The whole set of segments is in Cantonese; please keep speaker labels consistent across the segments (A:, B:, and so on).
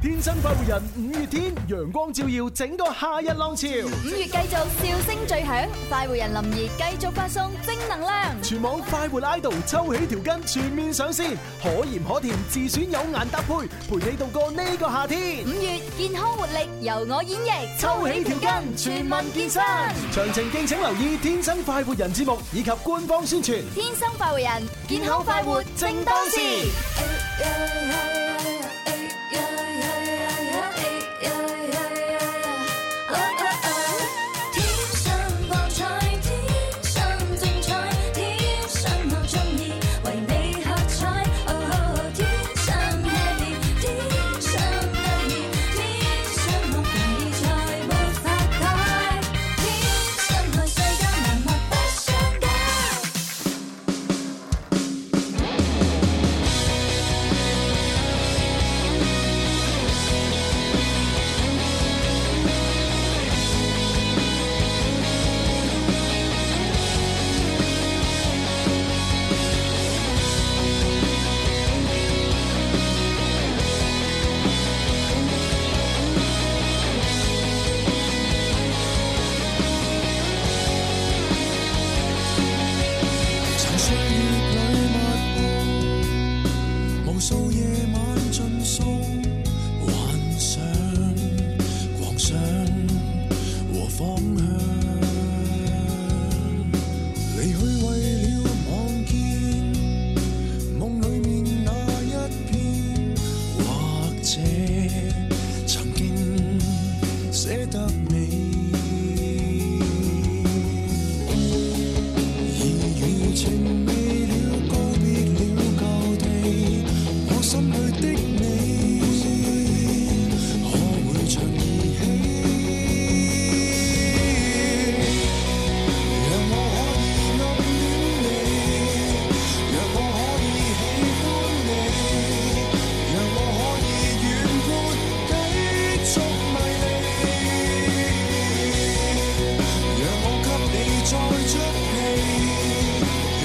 A: 天生快活人五月天，陽光照耀整個夏日浪潮。
B: 五月繼續笑聲最響，快活人林兒繼續發送正能量。
A: 全網快活 idol 抽起條筋全面上線，可鹽可甜自選有顏搭配，陪你度過呢個夏天
B: 五。月健康活力由我演繹，
A: 抽起條筋，全民健身。詳情敬請留意《天生快活人》節目以及官方宣傳。
B: 天生快活人，健康快活正當時。
C: 天生博彩，天生精彩，天生我中意，為你喝彩。哦，天生 happy，天生得意，天生我願意再沒法改。天生愛世間，盲目不相解。
D: 曾屬月裏密無數夜晚盡送幻想、狂想和方向。離去為了望見夢裏面那一片，或者曾經寫得美。已與情未了，告別了舊地，我心裏的你，可會像兒戲？讓我可以暗戀你，讓我可以喜歡你，讓我可以遠觀繼續迷離。讓我給你再出氣，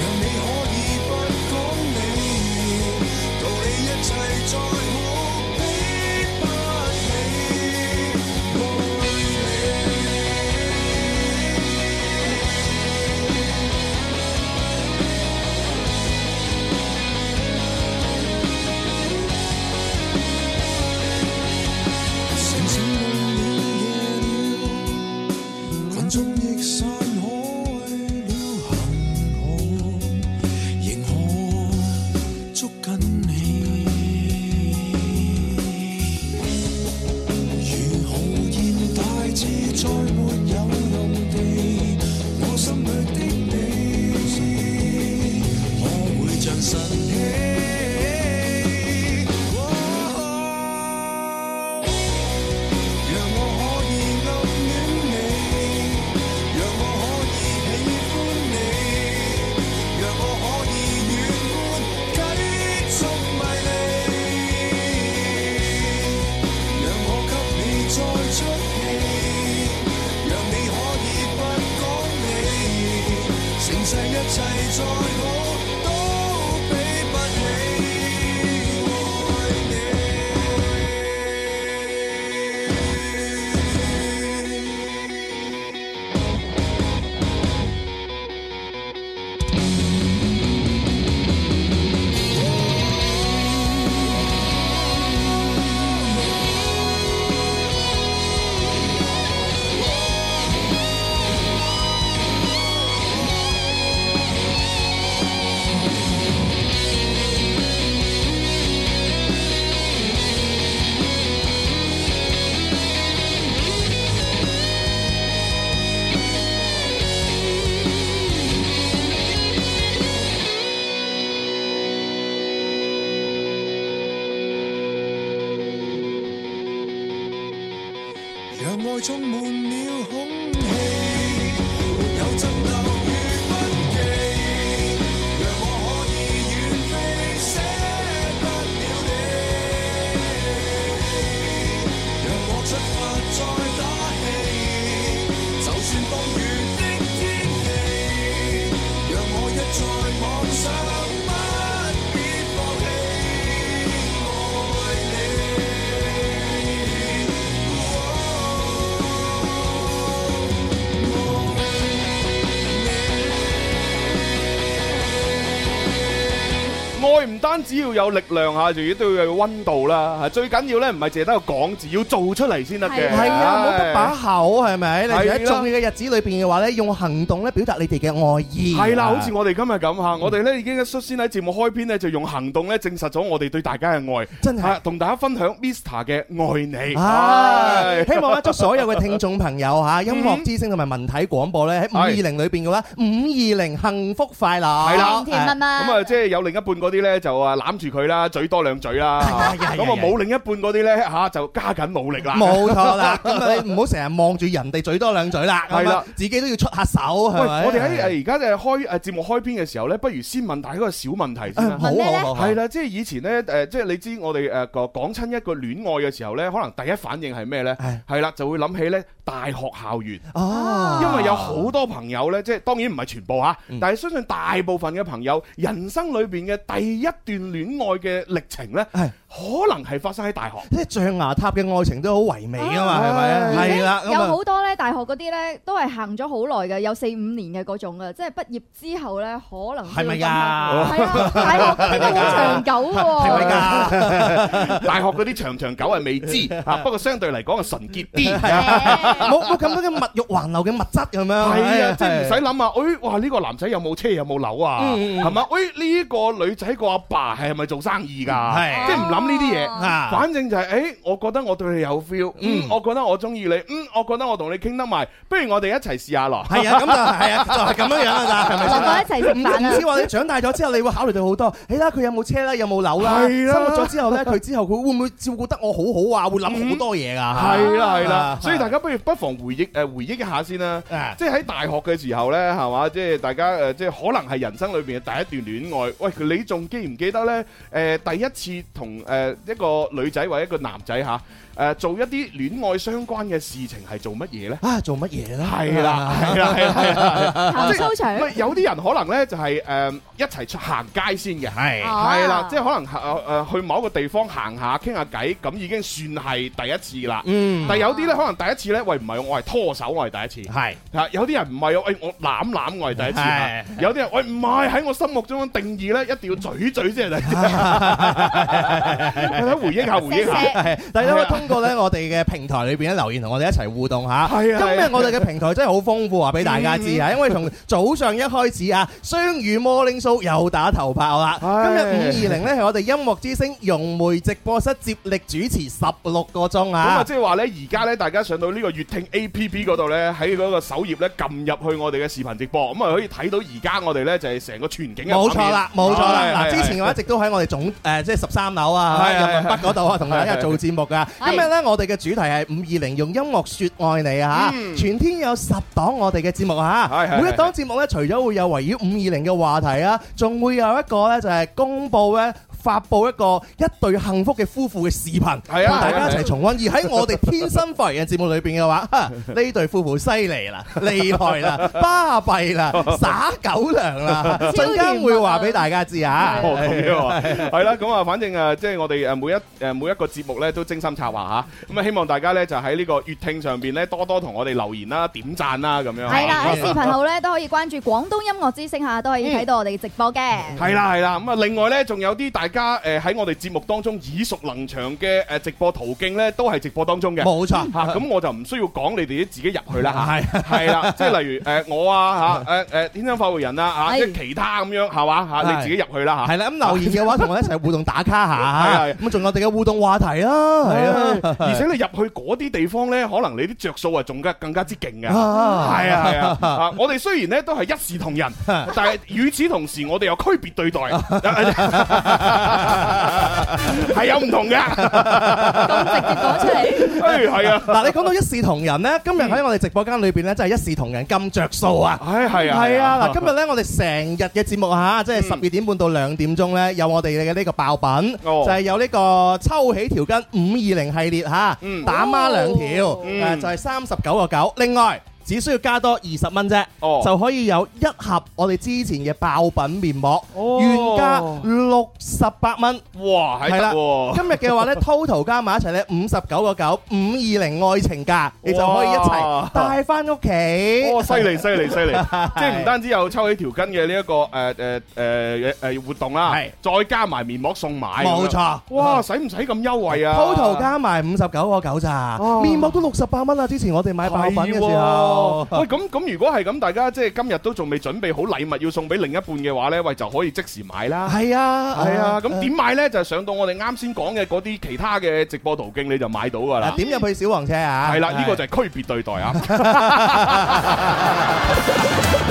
D: 讓你可以不講理，道理一切再好比不起愛你。城市弄了夜了。群眾亦散開了，幸好仍可捉緊你。如豪言大志，再沒有暗地，我心裏的你，可會像神氣？哦讓我可以暗戀你，讓我可以喜歡你，讓我可以遠觀繼續迷離，讓我給你再出氣，讓你可以不講理，盛世一切再好都比不起愛你。让爱充满了空气，有争斗與分歧，讓我可以遠飛，捨不了你。讓我出發再打氣，就算暴雨的天氣，讓我一再妄想，不必放棄愛你。
E: 單止要有力量嚇，仲要都要有温度啦。嚇最緊要咧，唔係淨係得個講字，要做出嚟先得嘅。
F: 係啊，冇得把口係咪？你
E: 係
F: 哋
E: 啦
F: 喺重要嘅日子裏邊嘅話咧，用行動咧表達你哋嘅愛意。啊
E: 係啦，好似我哋今日咁吓，我哋咧已經率先喺節目開篇咧就用行動咧證實咗我哋對大家嘅愛，
F: 真係
E: 啊同大家分享 Mr 嘅愛你。
F: 啊！
E: 係
F: 希望咧，祝所有嘅聽眾朋友 嚇，嗯音樂之聲同埋文體廣播咧，喺五二零裏邊嘅話，五二零幸福快樂，
E: 係啦
B: 甜甜蜜蜜。
E: 咁啊，即係有另一半嗰啲咧就啊攬住佢啦，嘴多兩嘴 啦。
F: 係啊
E: 嚇
F: 係啊係啊
E: 咁啊冇另一半嗰啲咧吓就加緊努力啦。
F: 啊冇錯啦，咁啊你唔好成日望住人哋嘴多兩嘴啦，
E: 係
F: 係
E: 啦
F: 啦，自己都要出下手，
E: 喂，
F: 哦係咪？啊
E: 我哋喺哎誒而家誒開誒節目開篇嘅時候咧，不如先問大家一個小問題先啦
F: 誒。
B: 問咩咧
F: 啊好好好，
E: 係啦，即係以前咧，誒，即係你知我哋誒講講親一個戀愛嘅時候咧，可能第一反應係咩咧
F: 係？
E: 係啦，就會諗起咧大學校園，
F: 哦，嗯
E: 因為有好多朋友咧，即係當然唔係全部嚇，但係相信大部分嘅朋友人生裏邊嘅第一段戀愛嘅歷程咧，
F: 係
E: 可能係發生喺大學。
F: 即係象牙塔嘅愛情都好唯美啊嘛，係
E: 啊
F: 咪？係啦，
G: 有
F: 咁啊，
G: 好多咧，大學嗰啲咧都係行咗好耐嘅，有四五年嘅嗰種嘅，即係畢業之後咧，可能
F: 係咪
G: 先
F: 㗎
G: 會分開係啊，大 學嗰啲都好長久喎。
F: 係咪㗎？
E: 大學嗰啲長長久係未知啊，不過相對嚟講係純潔啲。
F: 啊冇冇咁多嘅物欲橫流嘅物質咁樣，
E: 係啊，即係唔使
F: 係
E: 諗啊！誒，哇！呢個男仔有冇車有冇樓啊？
F: 嗯嗯
E: 係嘛？誒，呢個女仔個阿爸係咪做生意㗎？
F: 嗯係
E: 即係唔諗呢啲嘢。
F: 啊
E: 反正就係，誒，我覺得我對你有 feel，嗯，我覺得我中意你，嗯，我覺得我同你傾得埋，不如我哋一齊試下咯。
F: 係啊，咁就 係啊，就係咁樣樣啦，咋係咪先？啊
G: 能夠一齊食飯
F: 唔
G: 啊！
F: 知話你長大咗之後，你會考慮到好多，誒啦，佢有冇車啦，有冇樓啦，
E: 係啦
F: 生活咗之後咧，佢之後佢會唔會照顧得我好好啊？會諗好多嘢㗎，
E: 嗯係啦係啦
F: 啊，
E: 所以大家不如不妨回憶誒回憶一下先啦。
F: 啊
E: 即係喺大學嘅時候呢，係嘛？即係大家誒，即係可能係人生裏邊嘅第一段戀愛。喂，你仲記唔記得呢？誒、第一次同誒、一個女仔或者一個男仔嚇誒做一啲戀愛相關嘅事情係做乜嘢呢？
F: 啊，做乜嘢啦？
E: 係啦，係啦，係啦係啦，
G: 行操
E: 唔
G: 場
E: 係有啲人可能呢就係、誒、一齊出行街先嘅。
F: 係
G: 啊
E: 係啦，即係可能誒誒去某一個地方行下傾下偈，咁已經算係第一次啦。
F: 嗯，
E: 但係有啲咧，可能第一次咧，喂唔係我係拖手，我係第一次。
F: 係
E: 嚇有啲人唔係，喂我攬攬，我係第一次。啊
F: 係
E: 有啲人喂唔係喺我心目中嘅定義咧，一定要嘴嘴先係 第一次。我睇回憶下，回憶下。
F: 係，大家可以通過咧我哋嘅平台裏邊咧留言同我哋一齊互動嚇。
E: 係啊嗯
F: 今
E: 係啊
F: 日我哋嘅平台真係好豐富，話俾大家知啊！因為從早上一開始啊，雙魚摩鈴數又打頭炮啦。
E: 係
F: 今日五二零咧係我哋音樂之聲融媒直播室接力主持十六個鐘
E: 咁啊，
F: 啊！
E: 即係話咧，而家咧，大家上到呢個粵聽 A P P 嗰度咧，喺嗰個首頁咧，撳入去我哋嘅視頻直播，咁啊可以睇到而家我哋咧就係成個全景嘅
F: 冇
E: 畫
F: 錯
E: 面
F: 啦，冇錯
E: 係
F: 啦。嗱，
E: 係
F: 之前嘅話一直都喺我哋總誒即係十三樓啊，
E: 係係
F: 人民北嗰度啊，同大家做節目噶。
B: 係
F: 今日咧，我哋嘅主題係五二零，用音樂説愛你啊！
E: 嗯
F: 全天有十檔我哋嘅節目啊
E: 係係，
F: 每一檔節目咧，除咗會有圍繞五二零嘅話題啊，仲會有一個咧就係公佈咧。發布一個一對幸福嘅夫婦嘅視頻，同
E: 係啊
F: 大家一
E: 係啊
F: 齊重溫。而喺我哋天生發人嘅節目裏 邊嘅話，哈呢對夫婦犀利啦，厲害啦，巴閉啦，耍狗糧啦， 陣間會話俾大家知啊！
E: 哦，咁樣啊，係啦，咁啊，反正啊，即係我哋誒每一誒每一個節目咧都精心策劃嚇，咁啊希望大家咧就喺呢個粵聽上邊咧多多同我哋留言啦、點讚啦咁樣。啊
G: 係啦，喺視頻號咧都可以關注廣東音樂之聲下，都可以睇到我哋直播嘅。
E: 係嗯啦係啦，咁啊另外咧仲有啲大家誒喺我哋節目當中耳熟能詳嘅誒直播途徑咧，都係直播當中嘅。
F: 冇錯，
E: 嚇，咁我就唔需要講你哋自己入去啦 嚇。
F: 係
E: 係啦，即係例如誒我啊嚇誒誒天生發會人啊嚇，
G: 哎
B: 係
E: 即係其他咁樣係嘛嚇，你
F: 係
E: 自己入去啦嚇。
F: 係啦，咁留言嘅話，同我一齊互動打卡 下
E: 係係，
F: 咁仲有我哋嘅互動話題啦，係啊，
E: 而且你入去嗰啲地方咧，可能你啲着數啊，仲加更加之勁嘅。
F: 啊
E: 係啊係啊，啊我哋雖然咧都係一視同 仁，但係與此同時，我哋有區別對待， 係有唔同嘅。
B: 咁直接講出嚟，
E: 誒係啊，
F: 嗱，你講到一視同仁咧，今日喺我哋直播間裏邊咧，真係一視同仁咁着數啊！
E: 唉係啊，
F: 係啊，嗱，今日咧我哋成日嘅節目嚇，即係十二點半到兩點鐘咧，有我哋嘅呢個爆品，
E: 哦
F: 就係有呢個抽起條筋五二零系列嚇
E: 嗯，
F: 打孖兩條，
E: 嗯
F: 誒就係三十九個九。另外只需要加多二十蚊啫，
E: 哦
F: 就可以有一盒我哋之前嘅爆品面膜，
E: 哦
F: 原價六十八蚊。
E: 哇，係
F: 係
E: 得
F: 啦
E: 喎，
F: 今日嘅話呢 total 加埋一齊呢，五十九個九，五二零愛情價，你就可以一
E: 哇
F: 齊帶翻屋企。
E: 哦，犀 利犀利犀利！即係唔單止有抽起條筋嘅呢一個誒誒誒誒活動啦
F: 係，
E: 再加埋面膜送埋，
F: 冇錯
E: 哇，使唔使咁優惠啊
F: total 加埋五十九個九咋，面膜都六十八蚊啦！之前我哋買爆品嘅時候
E: 係喎，喂，咁咁如果係咁，大家即係今日都仲未準備好禮物要送俾另一半嘅話呢，喂就可以即時買啦。
F: 係啊，
E: 係啊，咁點買呢？就係上到我哋啱先講嘅嗰啲其他嘅直播途徑，你就買到㗎
F: 嗱
E: 啦。
F: 點入去小黃車啊？
E: 係啦，呢個就係區別對待 啊！係啊，真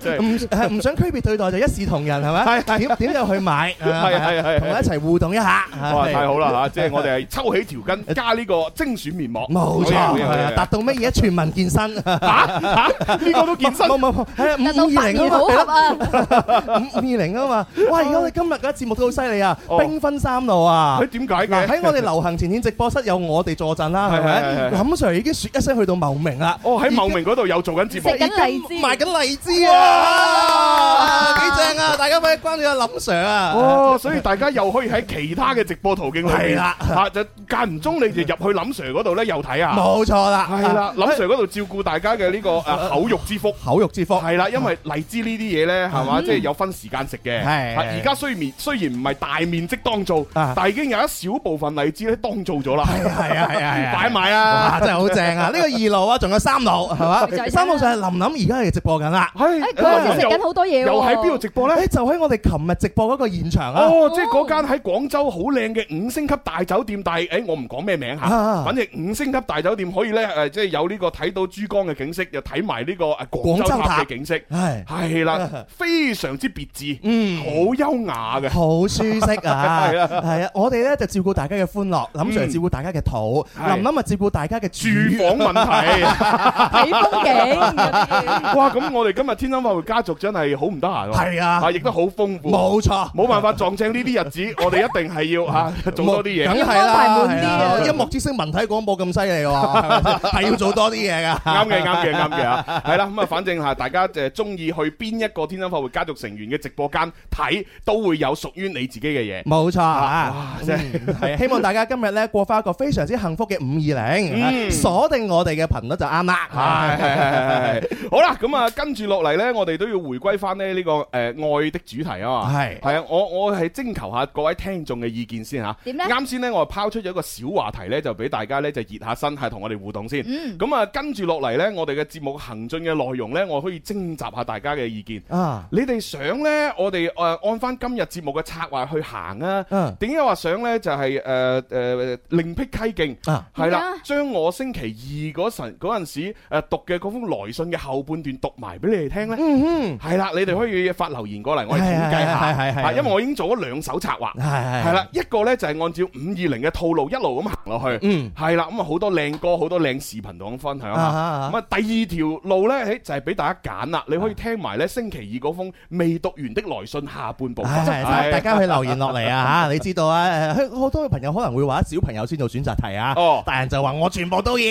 E: 係。
F: 唔係唔想區別對待就一視同仁係
E: 係
F: 咪？
E: 係
F: 點點就去買，係
E: 係係
F: 同我一齊互動一下。
E: 哇，
F: 係
E: 太好啦吓！即係我哋係抽起條筋加呢個精選面膜，
F: 冇
E: 好
F: 錯，
E: 嘢好嘢
F: 係啊
E: 好嘢
F: 達到乜嘢全民 健身。
E: 啊呢個都健身
F: 冇冇冇，係啊，
B: 達到
F: 五五
B: 百
F: 二零啊
B: 二好
F: 嘛係
B: 合
F: 咯，
B: 啊！
F: 五五二零啊嘛。哇！而家我哋今日嘅節目都好犀利啊，
E: 哦
F: 兵分三路啊
E: 佢。點解
F: 嗱
E: 嘅？
F: 喺我哋流行前線直播室有我哋坐陣啦，係咪
E: 係係？係
F: 林 Sir 已經説一聲去到茂名啦，
E: 哦喺茂名嗰度有做緊節目
B: 食。緊荔枝，
F: 賣緊荔枝啊，幾正啊！大家可以關注下林 Sir 啊。
E: 哦，所以大家又可以喺其他嘅直播途徑裏邊，
F: 係啦
E: 嚇就間唔中你哋入去林 Sir 嗰度咧又睇下，
F: 冇錯啦，啊
E: 係啦，林 Sir 嗰度照顧大家嘅呢個誒口欲之福。
F: 口欲之福。嗯
E: 係啦，因為荔枝呢啲嘢咧，係嘛，即係有分時間食嘅。
F: 係
E: 啊而家雖然雖然唔係大面積當造，
F: 啊
E: 但已經有一小部分荔枝咧當造咗啦。
F: 係
E: 哎
F: 啊係啊係啊
E: 擺埋啊！
F: 哇！真係好正啊！呢個二路啊，仲有三路 係
B: 再
F: 嘛？
B: 睇
F: 三路就係琳琳而家係直播緊啦。
E: 係哎
B: 誒佢好似食緊好多嘢喎。
E: 又又喺邊度直播咧？
F: 誒，就喺我哋琴日直播嗰個現場啊。
E: 哦，即係嗰間喺廣州好靚嘅五星級大酒店，但係誒我唔講咩名
F: 啊
E: 嚇，反正五星級大酒店可以咧誒，即係有呢個睇到珠江嘅景色，又睇埋呢個誒廣州
F: 廣州塔
E: 塔嘅景色，
F: 係
E: 係 啦，非常之別致，
F: 嗯
E: 好優 雅嘅，
F: 好舒適 啊！
E: 係啊
F: 係啊，我哋咧就照顧大家嘅歡樂，林 Sir
E: 嗯
F: 照顧大家嘅肚，
E: 係
F: 林琳啊照顧大家嘅
E: 住房
B: 睇風景嗰啲嘢。
E: 問題，哇！咁我哋今日天生快活家族真係好唔得閒喎，
F: 係啊
E: 亦都好豐富，
F: 冇錯，
E: 冇辦法撞正呢啲日子，我哋一定係要 嚇做多啲嘢。
F: 嗯梗係
B: 要安排
F: 啦，
B: 滿啲
F: 係啊
B: 啊
F: 音樂之星文體廣播咁犀利喎，係咪 先 係要做多啲嘢㗎。
E: 啱嘅，啱嘅，啱嘅啊！係啦，咁啊，反正嚇大家誒中意去邊一個天生快活家族成員嘅直播間睇，都會有屬於你自己嘅嘢。
F: 冇錯啊
E: 哇！真係
F: 嗯係希望大家今日咧過翻一個非常之幸福嘅五二零，
E: 嗯
F: 鎖定我哋嘅頻率就啱
B: 啊
E: 係
F: 啦。
E: 係係係係，好啦，咁啊，跟住落嚟呢，我哋都要回歸翻呢呢個誒愛的主題啊嘛。
F: 係
E: 係啊，我我係徵求下各位聽眾嘅意見先嚇。
B: 點呢
E: 啱先呢，我拋出咗一個小話題呢，就俾大家呢，就熱下身，係同我哋互動先。
B: 嗯
E: 咁啊，跟住落嚟呢，我哋嘅節目行進嘅內容呢，我可以徵集下大家嘅意見。
F: 啊，
E: 你哋想呢，我哋誒按翻今日節目嘅策劃去行啊
F: 嗯？
E: 點解話想呢？就係誒誒另辟蹊徑
F: 啊，
E: 係
B: 點
E: 啦
B: 啊，
E: 將我星期二嗰陣嗰陣時誒讀嘅嗰封來信嘅後半段讀埋俾你哋聽呢。
F: 嗯
E: 係啦，你哋可以發留言過嚟，我哋
F: 係
E: 統計
F: 係係係係
E: 下，
F: 係
E: 啊因為我已經做咗兩手策劃
F: 哼，。係
E: 係啦，一個呢就係按照五二零嘅套路一路咁行落去，
F: 嗯
E: 係啦，咁啊好多靚歌，好多靚視頻同我分享
F: 啊哈
E: 下。
F: 啊
E: 咁啊第二條路呢，誒就係俾大家揀啦，你可以聽埋呢星期二嗰封未讀完的來信下半部分。
F: 唉
E: 係
F: 大家去留言落嚟啊嚇！你知道啊，誒好多嘅朋友可能會話小朋友先做選擇題啊
E: 哦，
F: 大人就話我全部都要。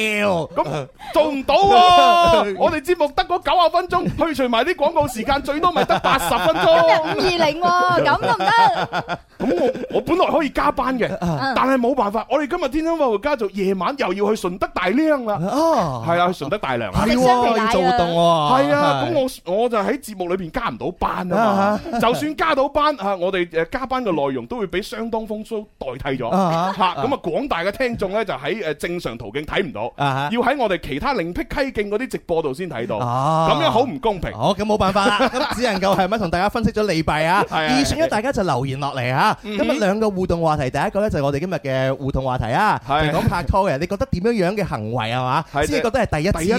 E: 咁做唔到 喎，我哋節目得嗰九啊分鐘，去除埋啲廣告時間，最多咪得八十分鐘。
B: 五二零喎，咁都唔得。
E: 咁我我本來可以加班嘅，
F: 啊
E: 但係冇辦法，我哋今日天生快活家族夜晚又要去順德大良啦，
F: 哦，
E: 係啊，去順德大良啊。
F: 係
B: 食雙皮
F: 喎，
B: 奶
F: 要
B: 啊
F: 做活動喎。
E: 係啊，咁我我就喺節目裏邊加唔到班啊嘛，就算加到班啊，我哋誒加班嘅內容都會俾相當風騷代替咗
F: 啊
E: 嚇，咁啊廣大嘅聽眾咧就喺誒正常途徑睇唔到，
F: 啊哈
E: 要喺我哋其他另辟蹊徑嗰啲直播度先睇到，
F: 哦
E: 咁樣好唔公平。
F: 好，咁冇辦法 啦，咁只能夠係咪同大家分析咗利弊啊？
E: 係
F: 二選一，大家就留言落嚟啊！今日兩個互動話題，第一個咧就係我哋今日嘅互動話題啊，就
E: 係
F: 係講拍拖嘅，你覺得點樣樣嘅行為係嘛，
E: 係
F: 先至覺得係
E: 第
F: 第
E: 一
F: 一
E: 次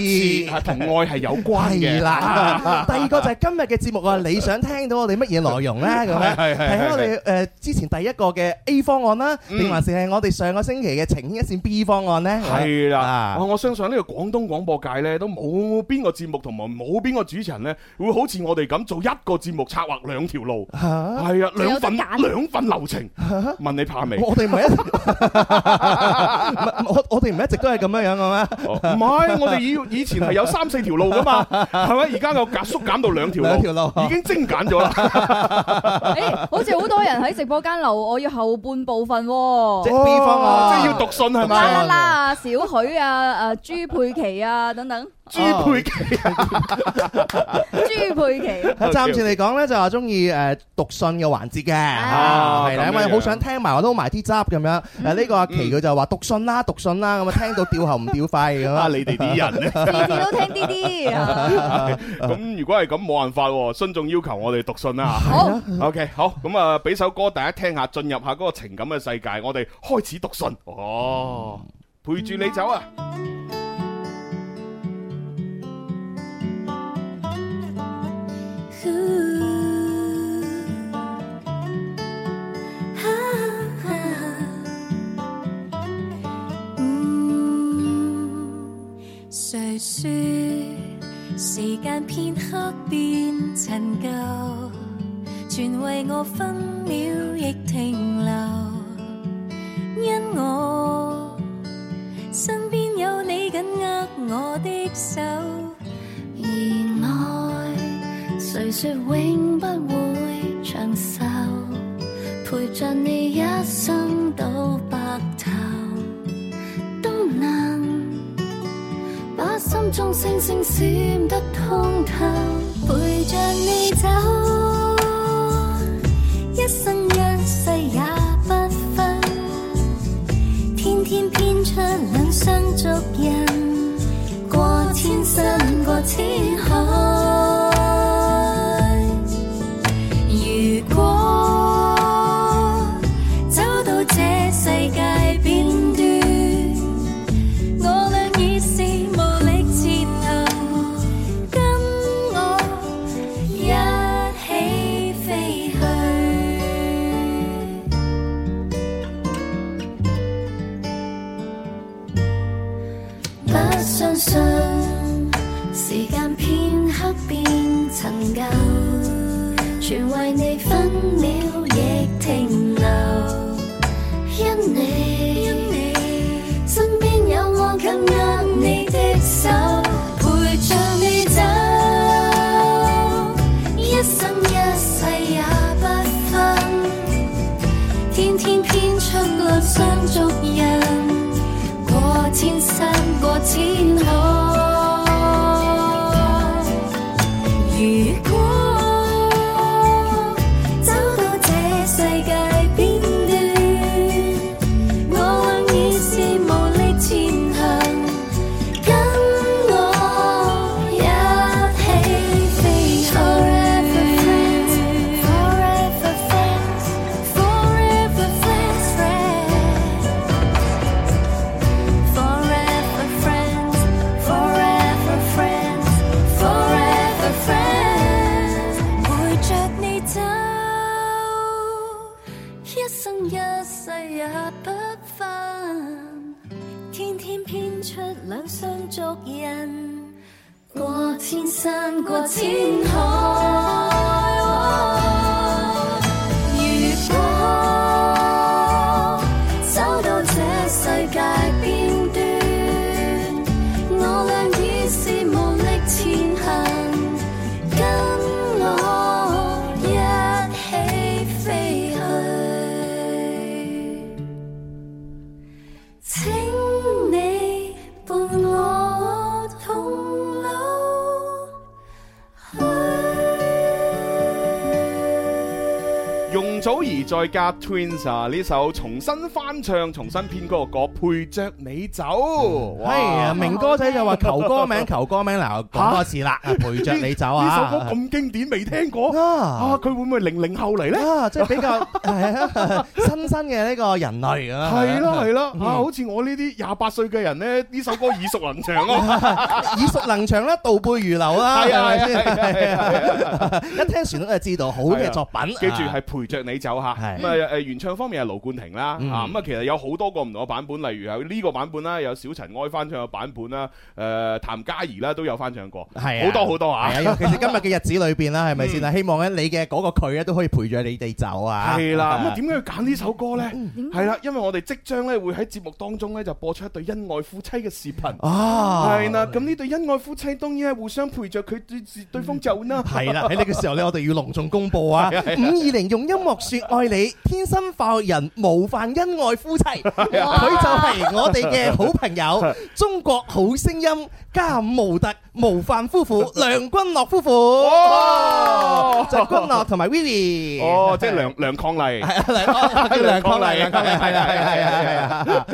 F: 次
E: 係。同愛係有關
F: 係
E: 嘅，
F: 啦，第二個就係今日嘅節目啊，你想聽到我哋乜嘢內容咧？咁樣
E: 係係係
F: 係喺我哋誒之前第一個嘅 A 方案啦，定還是係我哋上個星期嘅情牽一線 B 方案咧？
E: 係啦
F: 啊，
E: 我我相信呢個廣東廣播界呢，都冇邊個節目同埋冇邊個主持人呢，會好似我哋咁做一個節目策劃兩條路，係啊，兩份
B: 有得揀
E: 兩份流程，問你怕未？
F: 我哋唔係一，唔係我我哋唔係一直都係咁樣樣嘅咩？
E: 哦唔係係，我哋以以前係有三四條路噶嘛，係咪？而家又減縮減到兩條
F: 兩
E: 路，
F: 條路
E: 已經精簡咗啦。
G: 诶，好似好多人喺直播間留我要後半部分
F: 即
G: 喎。
F: 係 B 方
E: 哦啊即
F: 案，
E: 係要讀信係
G: 哦啦啦
E: 咪？
G: 啦啊，小許啊，诶，朱佩琪啊，等等，
E: 朱佩琪啊
G: 朱佩琪，
F: 暫時嚟講咧，就話中意誒讀信嘅環節嘅，
E: 啊
F: 係啦，
E: 咁樣
F: 因為好想聽埋我都埋啲汁咁樣。誒呢個阿琪佢就話讀信啦，讀信啦，咁啊聽到吊喉唔吊肺咁
E: 啊！
F: 啊。
E: 你哋啲 人咧，
G: 次次都聽啲 啲啊。
F: Ờ.
E: 咁如果係咁冇辦法喎，信眾要求我哋讀信啦嚇。
G: 好，
E: OK，好，咁啊，俾首歌大家聽下，進入下嗰個情感嘅世界，我哋開始讀信。哦，陪住你走啊！
C: 誰說時間片刻變陳舊，全為我分秒亦停留，因我身邊有你緊握我的手，而愛。谁说永不会长寿？陪着你一生到白头，都能把心中星星闪得通透。陪着你走，一生一世也不分，天天編出兩雙足印。过千山，过千海。如果走到这世界邊端，我俩已是無力前行，跟我一起飛去。不相信時間片刻變陳舊，全為你分秒亦停留。因你，身邊有我緊握你的手，陪着你走，一生一世也不分，天天編出兩雙足印。過千山，過千海。如果走到這世界邊端，我倆已是無力前行，跟我一起飛去。Forever friends, forever friends, friends. Forever friends, forever friends, forever friends。陪着你走，一生一世也不分，天天編出兩雙足印，過千山，過千海。如果走到這世界邊端，我倆已是無力前行，跟我一起飛去。請你伴我同路
E: 容祖兒再加 Twins 啊！呢首重新翻唱、重新編歌嘅歌《陪着你走》，哇
F: 係啊，明哥仔 就話求歌名，求歌名嗱，講多次啦，陪着你走
E: 呢
F: 啊！
E: 首歌咁經典，未聽過啊！
F: 啊
E: 佢會唔會零零後嚟呢？
F: 啊，即係比較 係啊新生嘅呢個人類啊，
E: 係啦係
F: Ừ.
E: 啦，啊，好似我呢啲廿八歲嘅人呢，呢首歌耳熟能詳啊咯。
F: 耳熟能詳啦，倒背如流啦，
E: 係啊
F: 係咪先
E: 係啊係啊係啊
F: 一聽旋律就知道好嘅作品。
E: 啊
F: 啊
E: 記住係陪着你喜酒嚇。
F: 係
E: 咁啊誒原唱方面係盧冠廷啦嚇，
F: 嗯
E: 咁啊其實有好多個唔同嘅版本，例如有呢個版本啦，有小塵埃翻唱嘅版本啦，誒譚嘉儀啦都有翻唱過，
F: 係啊
E: 好多好多啊
F: 係。啊，尤其是今日嘅日子裏邊啦，係咪先啊？希望咧你嘅嗰個佢咧都可以陪住你哋走啊！ 嗯
E: 係啦，咁啊點解要揀呢首歌呢？係啦，因為我哋即將咧會喺節目當中咧就播出一對恩愛夫妻嘅視頻。
F: 啊，
E: 係啦，咁呢對恩愛夫妻當然係互相陪着佢對對方走啦。
F: 係啦，喺呢個時候咧，我哋要隆重公 佈啊！五二零用音樂説愛你，天生化學人模範恩 愛夫妻，佢就係我哋嘅好朋友，中國好聲音加模特模範夫婦梁君樂夫
E: 哦
F: 婦，就君樂同埋 Vivi。
E: 哦，即係梁梁抗麗。
F: 係啊，梁-叫梁康麗，梁康麗，係啊，係啊，係啊，係啊。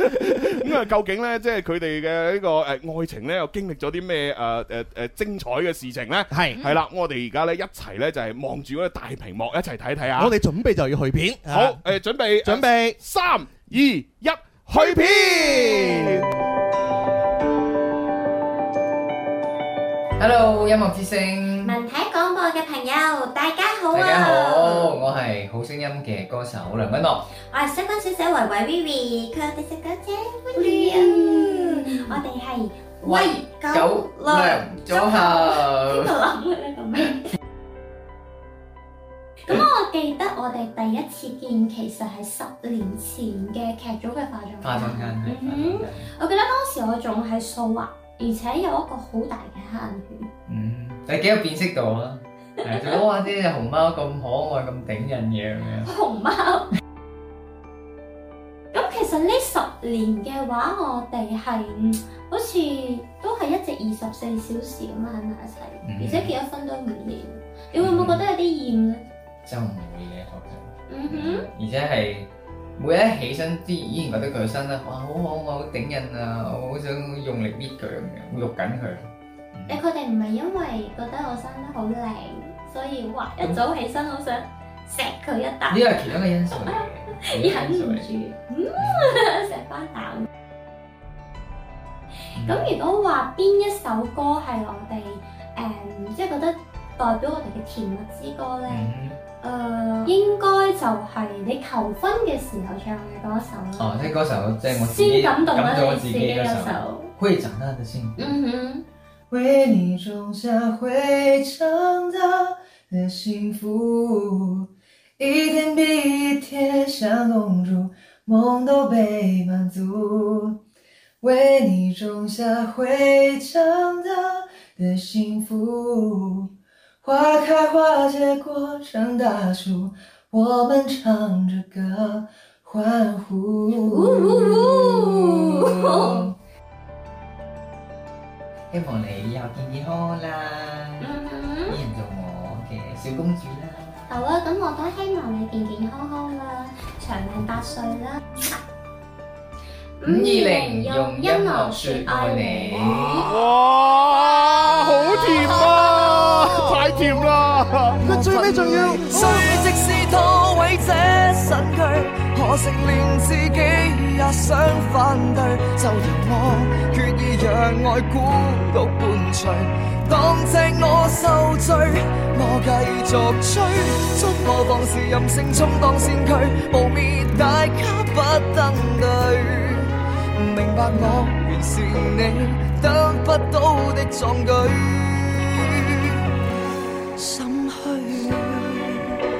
E: 咁啊，究竟咧，即係佢哋嘅呢個誒愛情咧，又經歷咗啲咩誒誒誒精彩嘅事情咧？係啦，我哋而家咧一齊咧就係望住嗰個大屏幕一齊睇睇啊！
F: 我哋準備就要去片，
E: 好誒，準備
F: 啊準備，
E: 三二一，去片！
H: Hello，音樂之聲，
I: 文體廣播嘅朋友，大家好
H: 大
I: 啊！
H: 家好，我係好聲音嘅歌手梁君樂。
I: 我係西關小姐維維 Vivi，佢係我哋隻狗仔 Vivi 啊！我哋係
H: 喂
I: 狗
H: 組
I: 糧邊
H: 合
I: 度，諗嘅呢個名？咁我記得我哋第一次見其實係十年前嘅劇組嘅化妝間
H: 化妝間係
I: 嗯哼我記得當時我仲係素顏，而且有一個好大嘅黑眼圈。
H: 嗯，你幾有辨識度啊？係仲講話啲隻熊貓咁可愛咁頂人嘅咁樣，
I: 熊貓。咁 其實呢十年嘅話，我哋係嗯好似都係一直二十四小時咁喺埋一齊，
H: 嗯
I: 而且結咗婚都五年，你會唔會覺得有啲厭咧？
H: 真唔會嘅講真。
I: 嗯哼，
H: 而且係每一起身之前覺得佢身咧，哇好可愛，好頂人啊！我好想用力搣佢咁樣，肉緊佢。
I: 你佢哋唔係因為覺得我生得好靚，所以哇一早起身好想錫佢一啖
H: 呢，個係其中一個因素嚟嘅，其中一個
I: 忍
H: 因素
I: 唔
H: 嚟嘅
I: 住， 嗯，錫翻啖。
H: 嗯
I: 咁如果話邊一首歌係我哋誒、即係覺得代表我哋嘅甜蜜之歌咧？
H: 嗯
I: 誒、應該就係你求婚嘅時候唱嘅嗰首啦，
H: 哦，即係嗰首，即係我自己
I: 先感動
H: 感
I: 咗
H: 動
I: 你
H: 自
I: 自
H: 己
I: 己嘅
H: 嗰首。
I: 首。
H: 會長大的幸福，
I: 嗯哼，
H: 為你種下會長大的幸福，一天比一天像公主，夢都被滿足。為你種下會長大的幸福，花開花結果成大樹，我們唱着歌歡呼。希望你以後健健康康啦，
I: 嗯
H: 依
I: 哼，
H: 然做我嘅小公主啦。
I: 好啊，咁我都希望你健健康康啦，長命百歲啦。Ừ,
H: 520用音樂說愛你
E: 哇，好甜啊！太甜啦！
F: 佢最尾仲要-
J: 誰即是拖毀這神具，可惜連自己也想反對，就由我決意讓愛孤獨伴隨。當正我受罪，我繼續追，祝我放肆任性充當先驅，污蔑大家不登對。明白我原是你得不到的壯舉，心虛。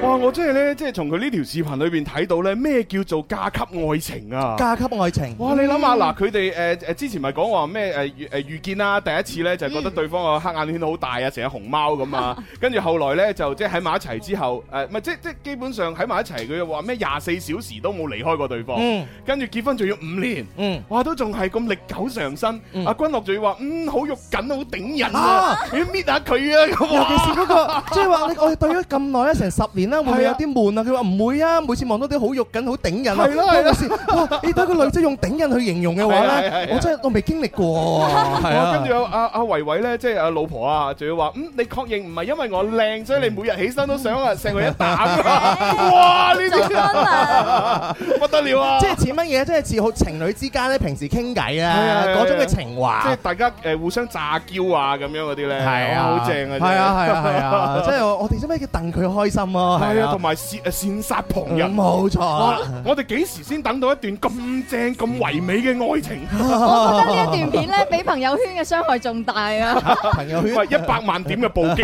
E: 哇，我真係咧，即係從佢呢條視頻裏邊睇到咧，咩叫做嫁給愛情啊？
F: 嫁給愛情。嗯
E: 哇！你諗下嗱，佢哋誒誒之前咪講話咩誒遇呃誒遇見啦，第一次
F: 嗯
E: 咧就覺得對方個黑眼圈好大啊，成隻熊貓咁啊， 跟住後來咧就即係喺埋一齊之後，呃誒唔係即即基本上喺埋一齊，佢又話咩廿四小時都冇離開過對方，
F: 嗯
E: 跟住結婚仲要五年，哇都仲係咁歷久常新。阿君樂仲要話嗯好肉緊，好頂人啊
F: 啊，
E: 要搣下佢啊咁啊。
F: 嗯，尤其是嗰個，即係話你-我哋對咗咁耐啦，成10年啦，會唔會
E: 係啊。
F: 有啲悶啊？佢話唔會啊，每次望到啲好肉緊、好頂人啊。
E: 係啦，係啦。
F: 哇，你對一個女仔用頂人去形容嘅話
E: 係
F: 呢，
E: 啊，係啊，係啊。
F: 我真係我未經歷過喎。係啊。
E: 哇跟住阿阿阿維維咧，即係阿老婆啊，仲要話：嗯，你確認唔係因為我靚，所以你每日起身都 想啊錫佢一啖。哇！呢
B: 做
E: 啲
B: 安啊！
E: 不得了啊！
F: 即
E: 即
F: 係似乜嘢？即係似好情侶之間咧，平時傾偈
E: 係啊
F: 啊，
E: 係啊
F: 嗰種嘅情
E: 係
F: 話。
E: 大家誒互相詐嬌啊咁樣嗰啲咧，
F: 係啊，
E: 哇好正啊！
F: 係啊，係啊，係啊！即係我我哋做咩叫戥佢開心咯？
E: 係
F: 係
E: 啊，
F: 啊
E: 同埋善誒善殺旁人，
F: 冇錯
E: 哇我哋幾時先等到一段咁正咁唯美嘅愛情？
G: 我覺得呢一段片咧，比朋友圈嘅傷害仲大啊！
F: 朋友圈
E: 喂一百萬點嘅暴 擊，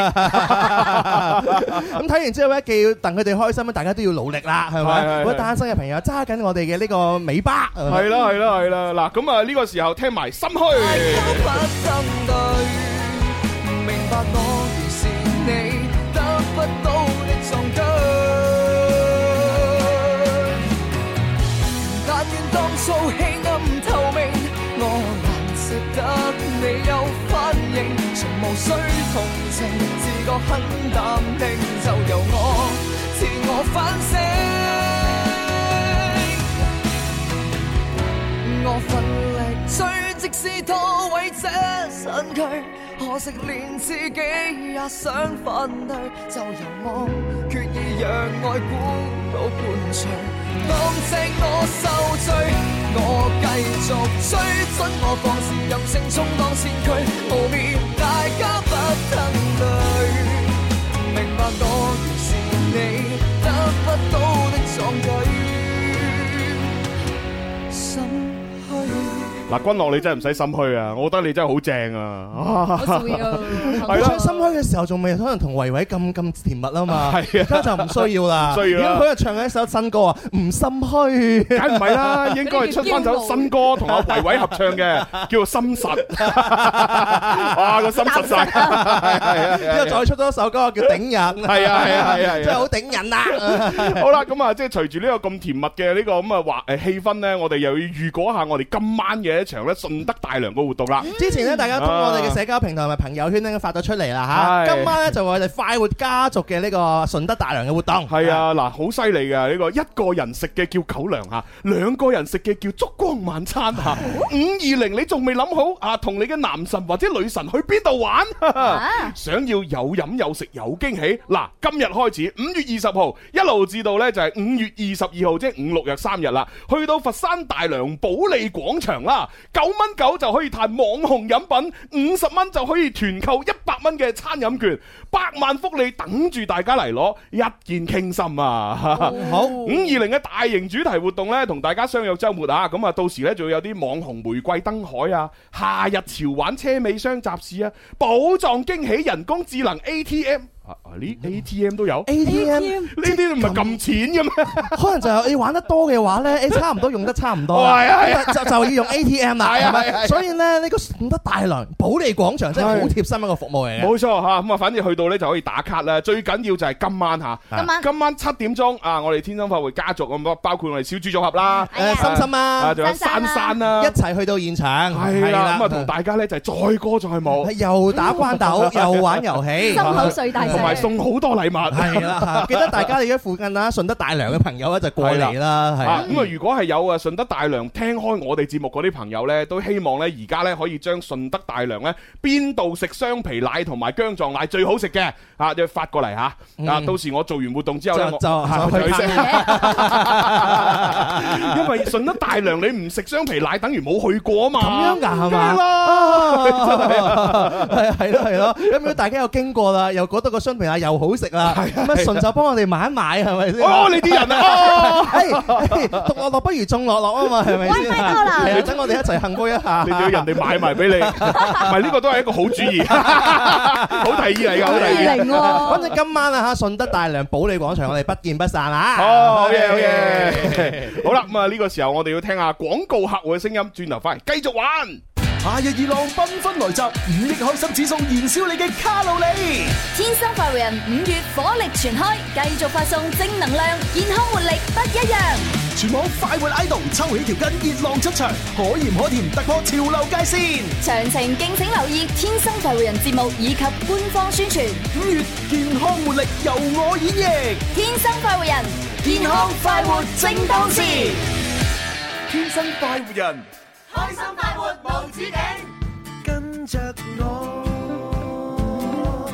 F: 咁睇完之後咧，既要戥佢哋開心，大家都要努力啦，係
E: 係係係
F: 咪？如果單身嘅朋友揸緊我哋嘅呢個尾巴，
E: 係啦係啦係啦，嗱咁啊呢個時候聽埋心虛。
J: 不針對，明白我如是你得不到的壯舉。但願當初棄暗透明，我還值得你有反應，從無需同情，自覺很淡定，就由我自我反省。我奮力追，即使拖毀這身軀，可惜連自己也想反對，就由我決意讓愛孤島伴隨。當正我受罪，我繼續追，准我放肆任性充當先驅，無面大家不吞淚。明白我原是你得不到的壯舉，心虛。
E: 嗱，君樂你真係唔使心虛啊，我覺得你真係好正啊！
G: 好笑啊，
F: 係
E: 係啦
F: 啦，唱心虛嘅時候仲未可能同維維咁咁甜蜜啊 嘛，
E: 係啊
F: 而家就唔需要 啦。
E: 唔需要啦
F: 如果佢又唱緊一首新歌啊，唔心虛。
E: 梗唔係 啦，應該係出翻首新歌同阿維維合唱嘅，叫做《心實》。哇，個心實晒，
F: 之
E: 係
F: 後
E: 啊
F: 再出多一首歌叫《頂人》，
E: 係啊係啊係啊係啊
F: 真係好頂人啊！
E: 好啦，咁啊，即係隨住呢個咁甜蜜嘅呢個咁啊話誒氣氛咧，我哋又要預果下我哋今晚嘅一場咧順德大良嘅活動啦。
F: 之前咧，大家通過我哋嘅社交平台同埋朋友圈咧發咗出嚟啦
E: 係
F: 嚇。今晚咧就我哋快活家族嘅呢個順德大良嘅活動。
E: 係啊，嗱，好犀利嘅呢個一個人食嘅叫狗糧嚇，兩個人食嘅叫燭光晚餐
F: 啊
E: 嚇，五二零你仲未諗好啊？同你嘅男神或者女神去邊度玩？
F: 啊
E: 想要有飲有食有驚喜，嗱，今日開始五月二十號一路至到呢就係五月二十二號，即係五六日三日啦。去到佛山大良保利廣場啦，九蚊九就可以嘆網紅飲品，五十蚊就可以團購一百蚊嘅餐飲券，百萬福利等住大家嚟攞，一見傾心啊！
F: 好，
E: 五二零嘅大型主題活動呢，同大家相約周末啊！咁啊，到時呢，仲會有啲網紅玫瑰燈海啊，夏日潮玩車尾箱集市啊，寶藏驚喜人工智能 ATM 啊啊！呢 ATM 都有，呢
F: ATM
E: 啲唔係撳錢嘅咩？
F: 可能就係你哎玩得多嘅 話咧，你差唔多用得差唔多
E: 係啊係啊
F: 啦，就就要用 ATM 啦，
E: 係啊
F: 係
E: 係啊係啊
F: 咪？所以咧，呢個順德大良保利廣場真係好貼心一個服務嚟嘅。
E: 冇錯嚇，咁啊，反正去到呢就可以打卡啦。最緊要就係今晚嚇，
F: 今
G: 晚
E: 今晚七點鐘啊，我哋天生快活家族咁啊包包括我哋小豬組合啦，
G: 哎
F: 誒，心心
E: 啊，
F: 啊，
E: 仲有
B: 珊
E: 珊
B: 珊啊
E: 珊啦
F: 一，齊去到現場，哎
E: 係啦，咁啊，同大家呢就係載歌載舞。
F: 又打關鬥，又玩遊戲
G: 心。口碎大石
E: 同。埋送好多禮物，
F: 係 啦，啊記得大家你喺附近啊，順德大良嘅朋友咧就過嚟啦，係
E: 啊
F: 啊，
E: 咁啊，如果係有啊順德大良聽開我哋節目嗰啲朋友呢，都希望呢而家呢可以將順德大良呢邊度食雙皮奶同埋姜撞奶最好食嘅啊，就發過嚟嚇啊！
F: 嗯
E: 到時我做完活動之後呢，
F: 就
E: 我
F: 就
E: 啊
F: 就
E: 我
F: 去
E: 去食， 因為順德大良你唔食雙皮奶，等於冇去過啊嘛。
F: 咁樣㗎係嘛
E: 梗係 啦
F: 係係咯係咯，咁如果大家有經過啦，又覺得個雙皮奶又好食 啦，咁啊順手幫我哋買一買係咪先？
E: 哦，你啲 人啊！哦
F: 係係獨樂樂不如眾樂樂 啊嘛，係咪先？
B: WiFi 多啦
F: 係啊，等我哋一齊幸福一下。
E: 你仲要人哋買埋俾 你，唔係呢個都係一個好主意，好提議嚟㗎，好提議。
G: 零喎
F: 反正今晚啊嚇，順德大良保利廣場，我哋不見不散啊！
E: 哦，好嘢，好 嘢！好啦，咁啊呢個時候我哋要聽下廣告客户嘅聲音，轉頭翻嚟繼續玩。
A: 夏日熱浪繽紛來襲，五億開心指數燃燒你嘅卡路里。
B: 天生快活人五月火力全開，繼續發送正能量，健康活力不一樣。
A: 全網快活 idol 抽起條筋，熱浪出場，可鹽可甜，突破潮流界線。
B: 詳情敬請留意《天生快活人》節目以及官方宣傳。
A: 五月健康活力由我演
B: 天生快活人，健康快活正當時。
D: 天生快活人，
B: 開心快活無止境，
D: 跟着我。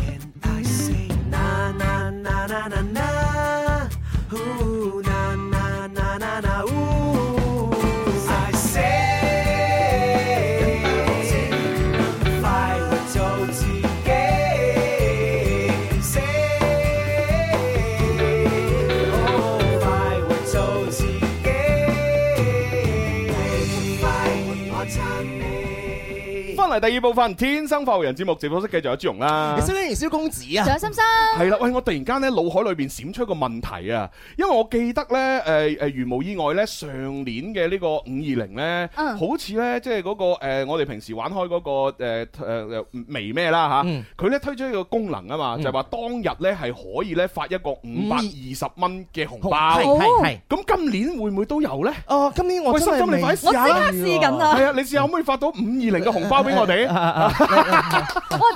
D: Can I say na na na na na na? Ooh, na na na na na ooh. I say 快活做自己。Say
E: 翻嚟第二部分《天生發育人》節目直播室繼續有朱容啦。
F: 蕭敬仁、蕭公子啊，
G: 仲有心心，
E: 系啦，喂！我突然間咧腦海裏邊閃出一個問題啊，因為我記得咧，誒誒如無意外咧，上年嘅呢個五二零咧，
G: 嗯
E: 好似咧即係嗰個、呃、我哋平時玩開嗰、個誒誒誒微咩啦
F: 嗯
E: 吓，佢咧、推出一個功能啊嘛，就係話當日咧係可以咧發一個五百二十蚊嘅紅
F: 係
E: 包，
F: 係係。
E: 咁今年會唔會都有咧？
F: 哦，今年我
E: 喂
F: 真
E: 心
F: 係
E: 心你快
F: 未
E: 試下
G: 啦我即刻試緊啊
E: 係啊，你試下可唔可以發到五二零嘅紅包俾我 哋？
G: 哇，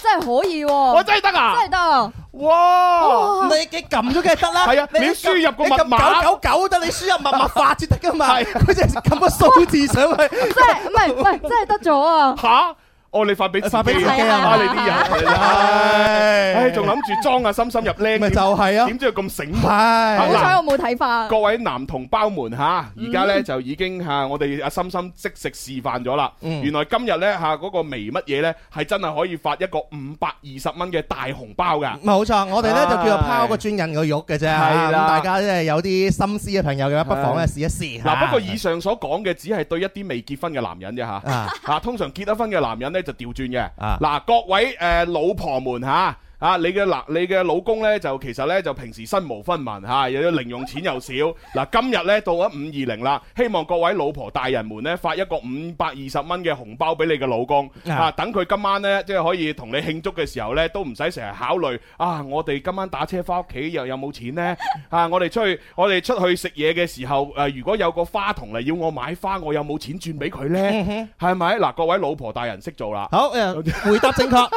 G: 真係可以
E: 我
G: 喎，
E: 真係得啊
G: 真！係得啊，
E: 哇！
F: 哦你你撳咗梗係得啦，
E: 哦係啊你輸入個密碼
F: 九九九得，你輸入密碼發至得噶嘛，
E: 係
F: 佢就係撳個數字上去。
G: 真係唔係唔係，真係得咗啊！
E: 吓？哦，你發俾自己
F: 發俾自己啊
E: 啊！你啲人，
G: 啊
F: 唉
E: 唉，仲諗住裝啊，心心入靚，
F: 咪就係啊
E: 點知佢咁醒目？
G: 好
E: 係
F: 係
E: 嗱
G: 彩我嗯冇 睇化，
E: 各位男同胞們嚇，而家咧就已經嚇我哋阿心心即食示範咗啦。
F: 嗯
E: 原來今日咧嚇嗰個微乜嘢咧，係真係可以發一個五百二十蚊嘅大紅包㗎。
F: 冇錯，我哋咧就叫做
E: 唉
F: 拋個磚引個玉嘅啫，
E: 啊係
F: 咁
E: 啦
F: 大家咧有啲心思嘅朋友嘅話，不妨咧試一試嚇。
E: 嗱，不過以上所講嘅只係對一啲未結婚嘅男人啫嚇。
F: 啊
E: 啊，通常結咗婚嘅男人咧就調轉嘅。
F: 啊
E: 嗱，各位誒老婆們嚇。啊！你嘅男，你嘅老公呢，就其實呢，就平時身無分文嚇、又有零用錢又少。嗱、今日呢，到咗五二零啦，希望各位老婆大人們呢，發一個五百二十蚊嘅紅包俾你嘅老公啊
F: 啊
E: 等佢今晚呢，即係可以同你慶祝嘅時候呢，都唔使成日考慮啊！我哋今晚打車翻屋企又有冇錢呢？啊！我哋出去，我哋出去食嘢嘅時候，誒、如果有個花童嚟要我買花，我有冇錢轉俾佢呢？係咪？嗱，各位老婆大人識做啦。
F: 好誒，回答正確。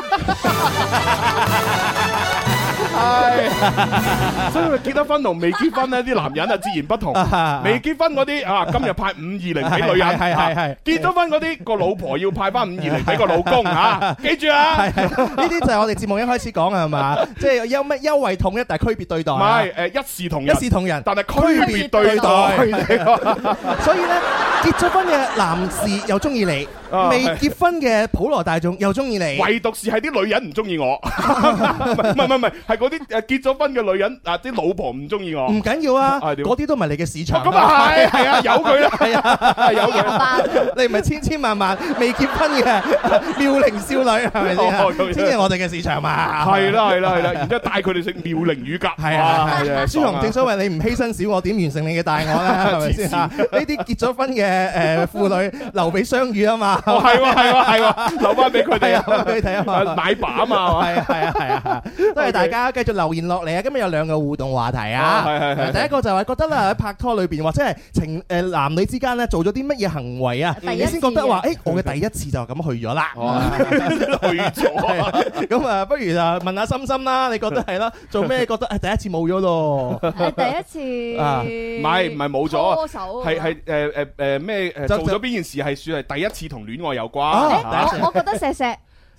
E: 所以結咗婚同未結婚呢啲男人啊截然不同。未結婚嗰啲啊，今日派五二零俾女人，
F: 係係係係
E: 啊結咗婚嗰啲個老婆要派翻五二零俾個老公 啊，記住啊！
F: 係係呢啲就係我哋節目一開始講嘅 係嘛，即係有咩優惠統一，但係區別對待
E: 唔
F: 啊，
E: 係誒一視同
F: 一
E: 仁，
F: 視同仁。
E: 但係區別對待。
F: 所以咧，結咗婚嘅男士又中意你，
E: 啊
F: 未結婚嘅普羅大眾又中意你。
E: 唯獨是係啲女人唔中意我，唔 係唔係唔係，係嗰啲誒結咗婚嘅女人啊，啲老婆唔中意我。
F: 唔緊要啊，
E: 啊點
F: 嗰啲都唔係你嘅市場。
E: 咁啊係係 啊，由佢啦，
F: 係啊，
E: 有嘅。
F: 你唔係千千萬萬未結婚嘅妙齡少女係咪先啊
E: 哦咁？樣
F: 先係我哋嘅市場嘛。
E: 係。啦係啦係啦，然之後帶佢哋食妙齡乳鴿，
F: 係啊
E: 哇真係
F: 朱
E: 爽
F: 紅
E: 啊
F: 正所謂你唔犧牲小我，點完成你嘅大 我咧？係咪先啊？呢啲結咗婚嘅誒婦女留俾相遇啊嘛。
E: 哦，係喎，係喎，係 喎，留翻俾佢哋
F: 係啊留俾佢哋啊 嘛
E: 奶爸啊嘛，係
F: 係啊係啊 係啊！多謝大家繼續留言落嚟啊！今日有兩個互動話題
E: 啊
F: 啊，
E: 係係係
F: 第一個就係覺得啦喺拍拖裏邊或者係情誒男女之間咧做咗啲乜嘢行為啊，
G: 第
F: 你
G: 一次
F: 先覺得 話誒我嘅第一次就咁去咗啦。
E: 哦 嘛，去
F: 係
E: 咗
F: 啊。 咁啊，不如就問下心心啦，你覺得 係啦？做咩覺得哎誒第一次冇咗咯？
G: 係 第一次，
F: 啊
E: 唔係唔係冇咗
G: 拖手啊
E: 係係誒誒誒咩誒
F: 就
E: 做咗邊件事係算係第一次同戀愛有
F: 啊
E: 關
G: 誒
E: 嚇，
G: 我我覺得錫錫，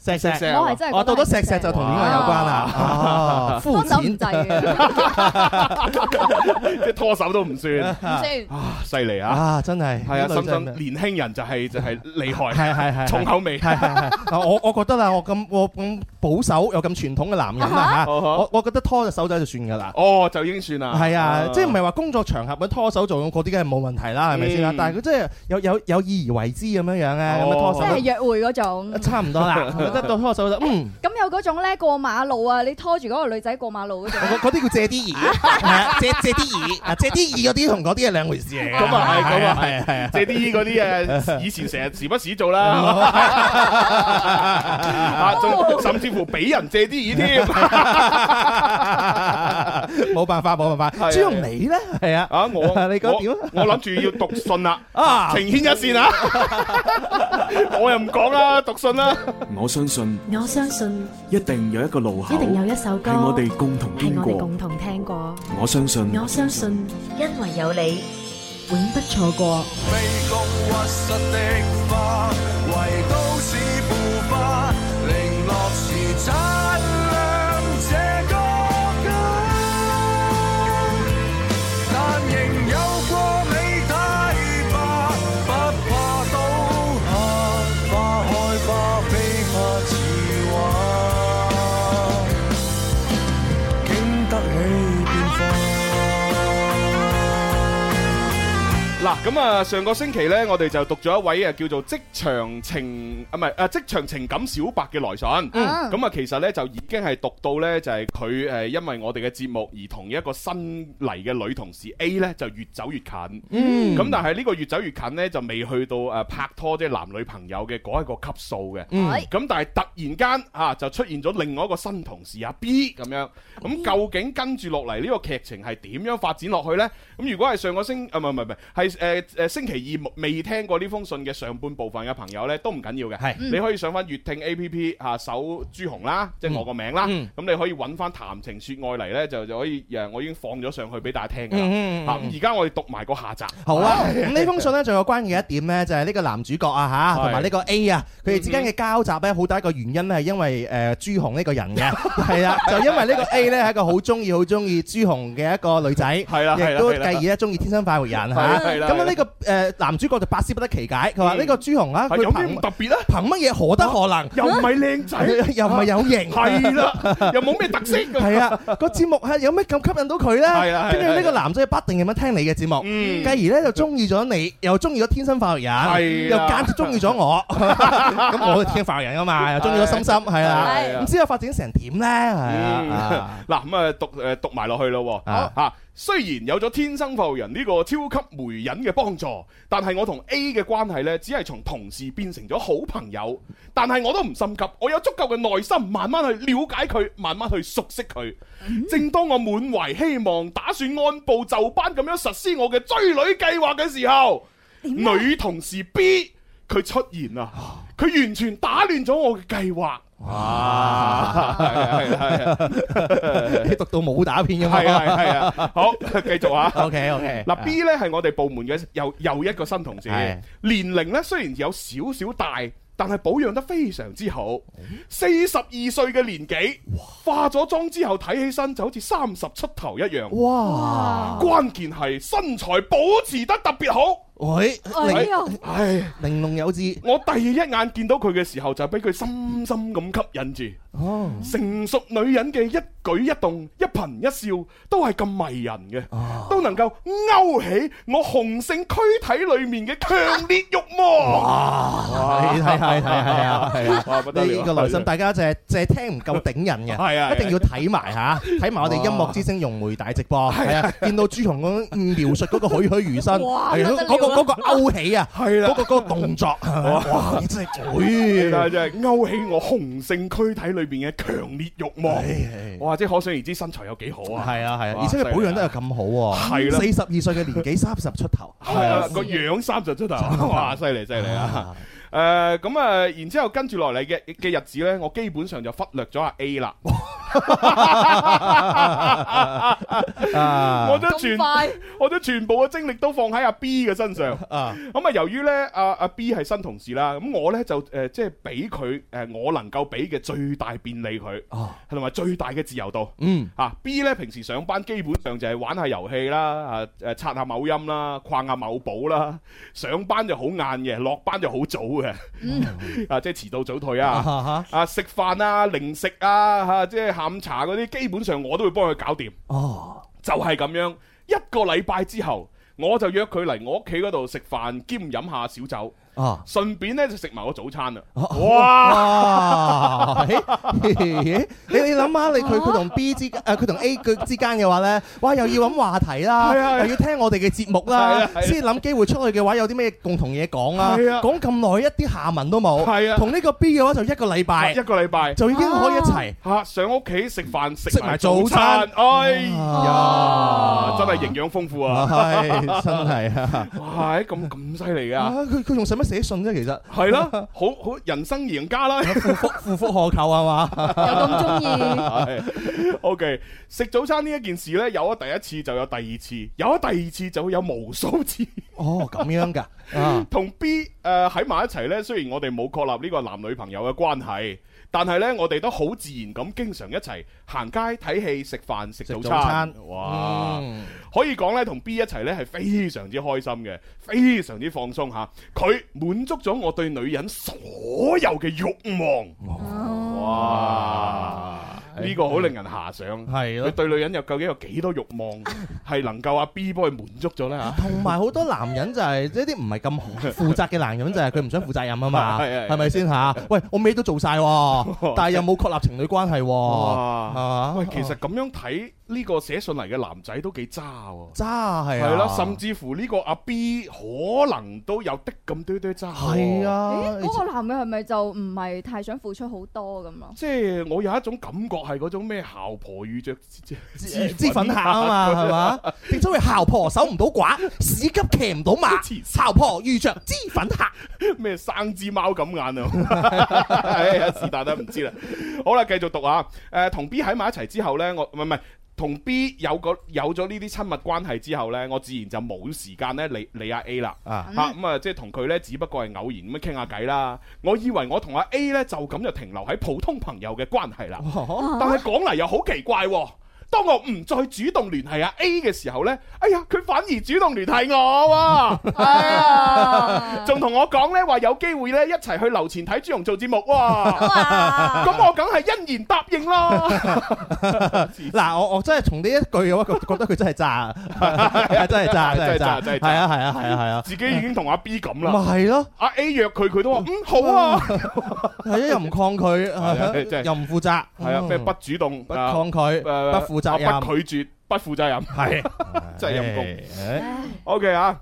F: 石石
E: 石
G: 我係真係
F: 哦，
G: 覺
F: 到
G: 得
F: 咗
G: 係
F: 石石就同戀愛有關啦。哦，膚
G: 拖 手唔
F: 淺
G: 制嘅，
E: 即係拖手都唔 算
G: 唔算。
E: 啊，犀利啊！
F: 啊，真係
E: 係啊，
F: 啲
E: 深
F: 女仔
E: 深
F: 咩
E: 年輕人就係就係厲害，
F: 係係係
E: 重口味。
F: 係 係係，嗱 我我覺得啦，我咁我咁保守又咁傳統嘅男人啦
E: 哈
F: 嚇，我我覺得拖隻手仔就算㗎啦。
E: 啊哦，就已經算啦。
F: 係啊，即係唔係話工作場合咁拖手做嗰啲梗係冇問題啦，係咪先啦
E: 哦
F: 啊
E: 嗯？
F: 但係佢真係有有有意而為之咁樣樣咧，咁樣拖
E: 哦
G: 即
F: 手
G: 係
F: 都
G: 約會嗰種。
F: 差唔 多啦。我覺得到拖手就嗯。
G: 咁有嗰種咧過馬路啊，你拖住嗰個女仔過馬路嗰種。
F: 嗰嗰啲叫 借啲耳，係啊借借啲耳，啊借啲耳嗰啲同嗰啲 係兩回事嚟嘅。
E: 咁啊係咁啊
F: 係係啊。
E: 借啲嗰啲誒，以前成日時不時 做啦，啊，仲甚至乎俾人借啲耳 添。 啊
F: 冇辦法，冇辦
E: 係
F: 法。朱紅你咧，係啊，
E: 啊！我
F: 你覺得點啊
E: 我我諗住要讀信啦，
F: 啊
E: 情牽一線啊！ 我又唔講啦，讀信啦。
D: 我相信
K: 我相信
D: 一定有一個路口，
K: 一定有一首歌
D: 係我哋共同
K: 係
D: 經
K: 我哋
D: 過
K: 共。同聽過，
D: 我相信
K: 我相信因為有你，永不錯過。
D: 卑躬屈膝的花，為都市腐化，零落時擦亮這個家。但仍有過你大把，不怕倒下，花開花飛花似畫，經得起變化。
E: 嗱，咁啊，上個星期呢，我哋就讀咗一位啊叫做職場情啊，唔係啊職場情感小白嘅來信。咁
D: 嗯
E: 啊，其實呢，就已經係讀到呢，就係佢誒，因為我哋嘅節目而同一個新嚟嘅女同事 A 呢，就越走越近。
D: 嗯
E: 咁但係呢個越走越近呢，就未去到誒拍拖即係男女朋友嘅嗰一個級數嘅。
D: 嗯
E: 咁但係突然間啊，就出現咗另外一個新同事阿 B 咁樣。咁究竟跟住落嚟呢個劇情係點樣發展落去呢？咁如果係上個星啊，唔係唔係唔係，係誒誒星期二未聽過呢封信嘅上半部分嘅朋友呢，都唔緊要嘅。
D: 嗯
E: 你可以上翻粵聽 A P P 嚇搜朱紅啦，即係我個名啦。
F: 嗯
E: 咁你可以揾翻談情説愛嚟呢，就就可以誒，我已經放咗上去俾大家聽㗎
F: 嗯嗯
E: 啦。
F: 嗯
E: 嚇啊咁而家我哋讀埋個下集。
F: 好 啊！
E: 哎
F: 咁呢封信呢，仲有關鍵一點呢，就係呢個男主角啊
E: 係
F: 吓，同埋呢個 A 啊，佢哋之間嘅交集呢，好大一個原因呢，係因為誒朱紅呢個 人嘅，係啊，就因為呢個 A 呢，係一個好中意、好中意朱紅嘅一個女仔，係
E: 啦係
F: 亦
E: 啦
F: 都
E: 係
F: 繼
E: 啦
F: 而呢，中意天生快活人嚇。
E: 係啦係啦嗯
F: 咁啊呢個誒男主角就百思不得其解，佢話呢個朱紅啊，
E: 係
F: 佢
E: 有咩咁
F: 憑
E: 特別呢？
F: 憑乜嘢何德何 能？，
E: 啊又唔係靚仔
F: 又唔係有型，
E: 係啦，又冇咩特色。
F: 係啊，個節目係有咩咁吸引到佢
E: 係啊係
F: 呢
E: 啊？
F: 跟住呢個男仔不定咁樣聽你嘅節目，
E: 嗯
F: 繼而呢就中意咗你，又中意咗天生快活人，
E: 係
F: 又
E: 啊
F: 間接中 意咗我，咁我係天生快活人啊嘛，又中意咗心心，係啦
E: 係，啊
F: 唔知道發展成點呢？係啊。
E: 嗯嗱咁啊讀誒讀埋落去咯喎，
F: 啊
E: 啊雖然有咗天生浮人呢個超級媒人嘅幫助，但係我同 A 嘅關係呢，只係從同事變成咗好朋友。但係我都唔心急，我有足夠嘅耐心，慢慢去了解佢，慢慢去熟悉佢。
F: 嗯
E: 正當我滿懷希望，打算按部就班咁樣實施我嘅追女計劃嘅時候，
F: 啊
E: 女同事 B 佢出現啦，
F: 哦
E: 佢完全打亂咗我嘅計劃。哇！係啊係啊係啊！
F: 你讀到武打片咁
E: 系啊系啊， 係啊好，繼續啊。
F: OK，OK
E: 嗱 B 呢係我哋部門嘅又又一個新同事，
F: 係
E: 年齡呢雖然有少少大。但係保養得非常之好，四十二歲嘅年紀，化咗妝之後睇起身就好似三十出頭一樣。
F: 哇！
E: 關鍵係身材保持得特別好。
F: 喂，
E: 哎
F: 玲
E: 呀唉，
F: 玲瓏有致。
E: 我第一眼見到佢嘅時候，就俾佢深深咁吸引住。
F: 哦，
E: 成熟女人嘅一舉一動、一顰一笑，都係咁迷人嘅，
F: 哦
E: 都能夠勾起我雄性軀體裏面嘅強烈慾望。
F: 哇！你睇 下，你睇下，係 啊，係啊，
E: 哦哇不得了
F: 呢個內心，大家就係就係聽唔夠頂人嘅，
E: 係啊係啊
F: 一定要睇埋嚇，睇埋我哋音樂之星融媒大直 播，係啊，見到朱紅嗰種描述嗰個栩栩如生，
D: 哇
F: 係啊
D: 不得了啊
F: 嗰個嗰個勾起啊，
E: 係啦
F: 嗰個嗰個 動作，哇！你真係，
E: 但係真係勾起我雄性軀體裏邊嘅強烈慾望。哇！即係可想而知身材有幾好啊！
F: 係啊係啊，
E: 哇
F: 而且佢保養得又咁好喎，
E: 係啦
F: 四十二歲嘅年紀，三十出頭，
E: 啊係啊，個樣 三十出頭，哇！犀利犀利啊！誒咁啊，然之後跟住落嚟嘅嘅日子呢，我基本上就忽略咗阿 A 啦。 我都全我都全部嘅精力都放喺阿 B 嘅身上。咁啊，由於呢，阿阿 B 係新同事啦，咁我呢就誒即係俾佢誒我能夠俾嘅最大便利佢，同埋最大嘅自由度。
F: 嗯
E: 啊 B 呢平時上班基本上就係玩下遊戲啦，啊誒刷下某音啦，逛下某寶啦。上班就好晏嘅，落班就好早嘅。啊，即係遲到早退啊！啊，食飯啊、零食啊、嚇、即係下午茶嗰啲，基本上我都會幫佢搞掂。
F: 哦，
E: 就係咁樣，一個禮拜之後，我就約佢嚟我屋企嗰度食飯兼飲下小酒，
F: 啊，哦
E: 順便呢就食埋個早餐啦。
F: 哇！ 嘿嘿你你諗下，你佢
E: 啊
F: 佢同 B 之誒佢同 A 佢之間嘅話咧，哇又要揾話題啦
E: 係啊係啊，
F: 又要聽我哋嘅節目
E: 係
F: 啦
E: 啊係，啊
F: 先諗機會出去嘅話有啲咩共同嘢講啦，
E: 係啊
F: 講咁耐一啲下文都冇，
E: 係啊
F: 同呢個 B 嘅話就一個禮拜
E: 一個禮拜
F: 就已經可以一齊。
E: 嚇上屋企食飯食
F: 食埋早餐
E: 哎呀，真係營養豐富啊！
F: 係真係啊！
E: 哇，咁咁犀利
F: 啊！
E: 噶，
F: 佢佢仲使乜寫信啫？其實
E: 係啦，好好人生贏家啦。
F: 夫復何求係啊嘛？
E: 係 OK，食早餐呢一件事呢，有咗第一次就有第二次，有咗第二次就會有無數次。
F: 哦，咁樣㗎啊！
E: 同 B 誒喺埋一齊呢，雖然我哋冇確立呢個男女朋友嘅關係，但係呢，我哋都好自然咁經常一齊行街、睇戲、食飯、食早餐。
F: 早餐
E: 哇！
F: 嗯
E: 可以講呢，同 B 一齊呢係非常之開心嘅，非常之放鬆嚇。佢滿足咗哦
F: 嗯
E: 我對女人所有嘅慾望。哇！呢個好令人遐想。
F: 係
E: 佢對女人又究竟有幾多慾望，係能夠阿 B 幫佢滿足咗咧嚇？
F: 同埋好多男人就係一啲唔係咁負責嘅男人，就係佢唔想負責任啊 嘛，
E: 係係係
F: 係咪先嚇？喂，我咩都 做晒喎，但係又冇確立情侶關係喎，
E: 哇！
F: 啊
E: 喂， 其實咁樣睇呢個寫信嚟嘅男仔都幾渣喎。
F: 渣係啊，
E: 係啦，甚至乎呢個阿 B 可能都有的咁堆堆渣。
F: 係啊
G: 咦，嗰個男嘅係咪就唔係太想付出好多咁咯？
E: 即係我有一種感覺係嗰種咩姣婆遇着脂
F: 脂粉客啊嘛，係嘛？？亦都係姣婆守唔到寡，屎急騎唔到 馬，姣婆遇着脂粉客，
E: 咩生支貓咁眼啊！ 哎呀是但啦，唔知啦。好啦，繼續讀啊。誒，同 B 喺埋一齊之後呢，我唔係唔係。同 B 有個有咗呢啲親密關係之後呢，我自然就冇時間呢理理阿 A 啦。
F: 啊
E: 嚇咁啊，即係同佢呢，只不過係偶然咁樣傾下偈啦。我以為我同阿 A 呢，就咁就停留喺普通朋友嘅關係啦。但係講嚟又好奇怪喎、當我唔再主動聯繫阿 A 嘅時候呢，哎呀，佢反而主動聯繫我喎、哎呀，仲同我講呢話有機會呢一齊去樓前睇朱紅做節目喎、
F: 啊
E: 咁我梗係欣然答應啦。
F: 嗱，我我真係從呢一句嘅話，覺覺得佢真係 渣，真係渣，真係渣，
E: 真係渣真係
F: 係
E: 渣
F: 啊，係啊，係啊，係啊，
E: 自己已經同阿 B 咁啦，
F: 咪係咯。
E: 阿 A 約佢，佢都話嗯好啊，
F: 係啊，又唔抗拒，
E: 啊真 係
F: 又唔負責，
E: 係啊，咩不主動、不
F: 嗯抗拒不負責任
E: 不拒絕、不負責任，
F: 係 哎
E: 真係陰公。
F: 公。
E: O K 啊，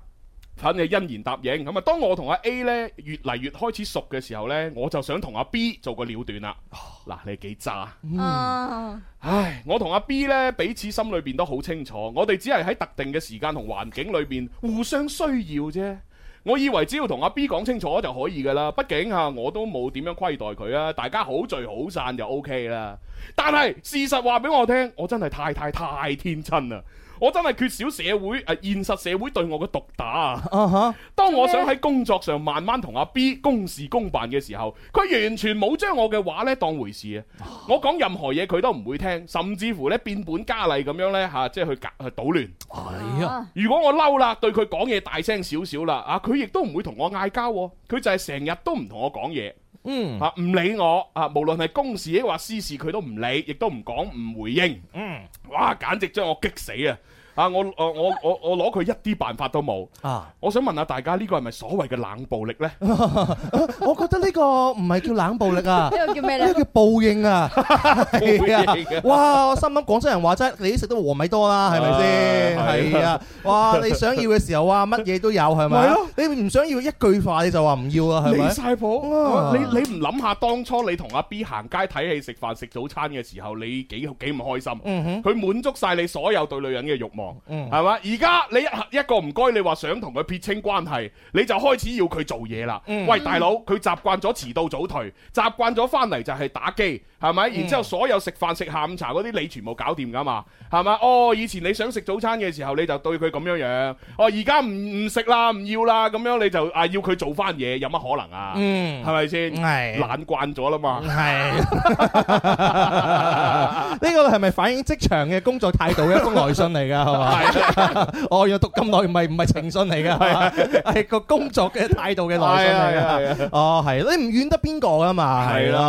E: 反正欣然答應。咁啊，當我同阿 A 呢越嚟越開始熟嘅時候呢，我就想同阿 B 做個了斷啦。
F: 哦
E: 嗱，你幾渣？
G: 啊，
E: 唉，我同阿 B 呢，彼此心裏邊都好清楚，我哋只係喺特定嘅時間同環境裏邊互相需要啫。我以為只要同阿 B 講清楚就可以噶啦，畢竟嚇我都冇點樣虧待佢啊，大家好聚好散就 O K 啦。但係事實話俾我聽，我真係太太太天真啦！我真係缺少社會誒、呃、現實社會對我嘅毒打啊！
F: 啊哈，
E: 當我想喺工作上慢慢同阿 B 公事公辦嘅時候，佢完全冇將我嘅話咧當回事啊！我講任何嘢佢都唔會聽，甚至乎咧變本加厲咁樣咧嚇，即係去搞去搗亂。
F: 係啊，
E: 如果我嬲啦，對佢講嘢大聲少少啦，啊佢亦都唔會同我嗌交喎，佢就係成日都唔同我講嘢。
F: 嗯，
E: 啊，唔理我啊，無論係公事抑或私事，佢都唔理，亦都唔講唔回應。
F: 嗯，
E: 哇，簡直將我激死啊！啊，我我我我我攞佢一啲辦法都冇。
F: 啊，
E: 我想問下大家，呢個係咪所謂嘅冷暴力 呢？
F: 我覺得呢個唔係叫冷暴力啊，
G: 呢個叫咩咧
F: 呢個叫報應啊，係
E: 報應啊
F: 啊，哇！我心諗廣州人話齋，你食得禾米多啦，係咪先？
E: 啊係
F: 係啊， 哇！你想要嘅時候啊，乜嘢都有，係咪
E: 咪
F: 啊
E: 咯？
F: 你唔想要一句話你就話唔要啊，係咪
E: 離？晒譜，
F: 啊
E: 你你唔諗下當初你同阿 B 行街睇戲食飯食早餐嘅時候，你幾幾唔開心？
F: 嗯哼，
E: 佢滿足晒你所有對女人嘅慾望，
F: 嗯
E: 係嘛？而家你一一個唔該，你話想同佢撇清關係，你就開始要佢做嘢啦。
F: 嗯
E: 喂，大佬，佢習慣咗遲到早退，習慣咗翻嚟就係打機，係
F: 嗯
E: 咪？然之後所有食飯食下午茶嗰啲，你全部搞掂㗎嘛？係咪？哦，以前你想食早餐嘅時候，你就對佢咁樣樣。哦，而家唔唔食啦，唔要啦，咁樣你就啊要佢做翻嘢，有乜可能啊？
F: 嗯
E: 係咪先？
F: 係嗯
E: 懶慣咗啦嘛。
F: 係。 呢 個係咪反映職場嘅工作態度嘅一封來信嚟㗎？ 係嘛？ 我要讀咁耐，唔係唔係情信嚟㗎，係嘛係個工作嘅態
E: 哎
F: 度嘅來信嚟
E: 係啊係啊係啊
F: 㗎。哦，係你唔怨得邊個㗎嘛？
E: 係啦，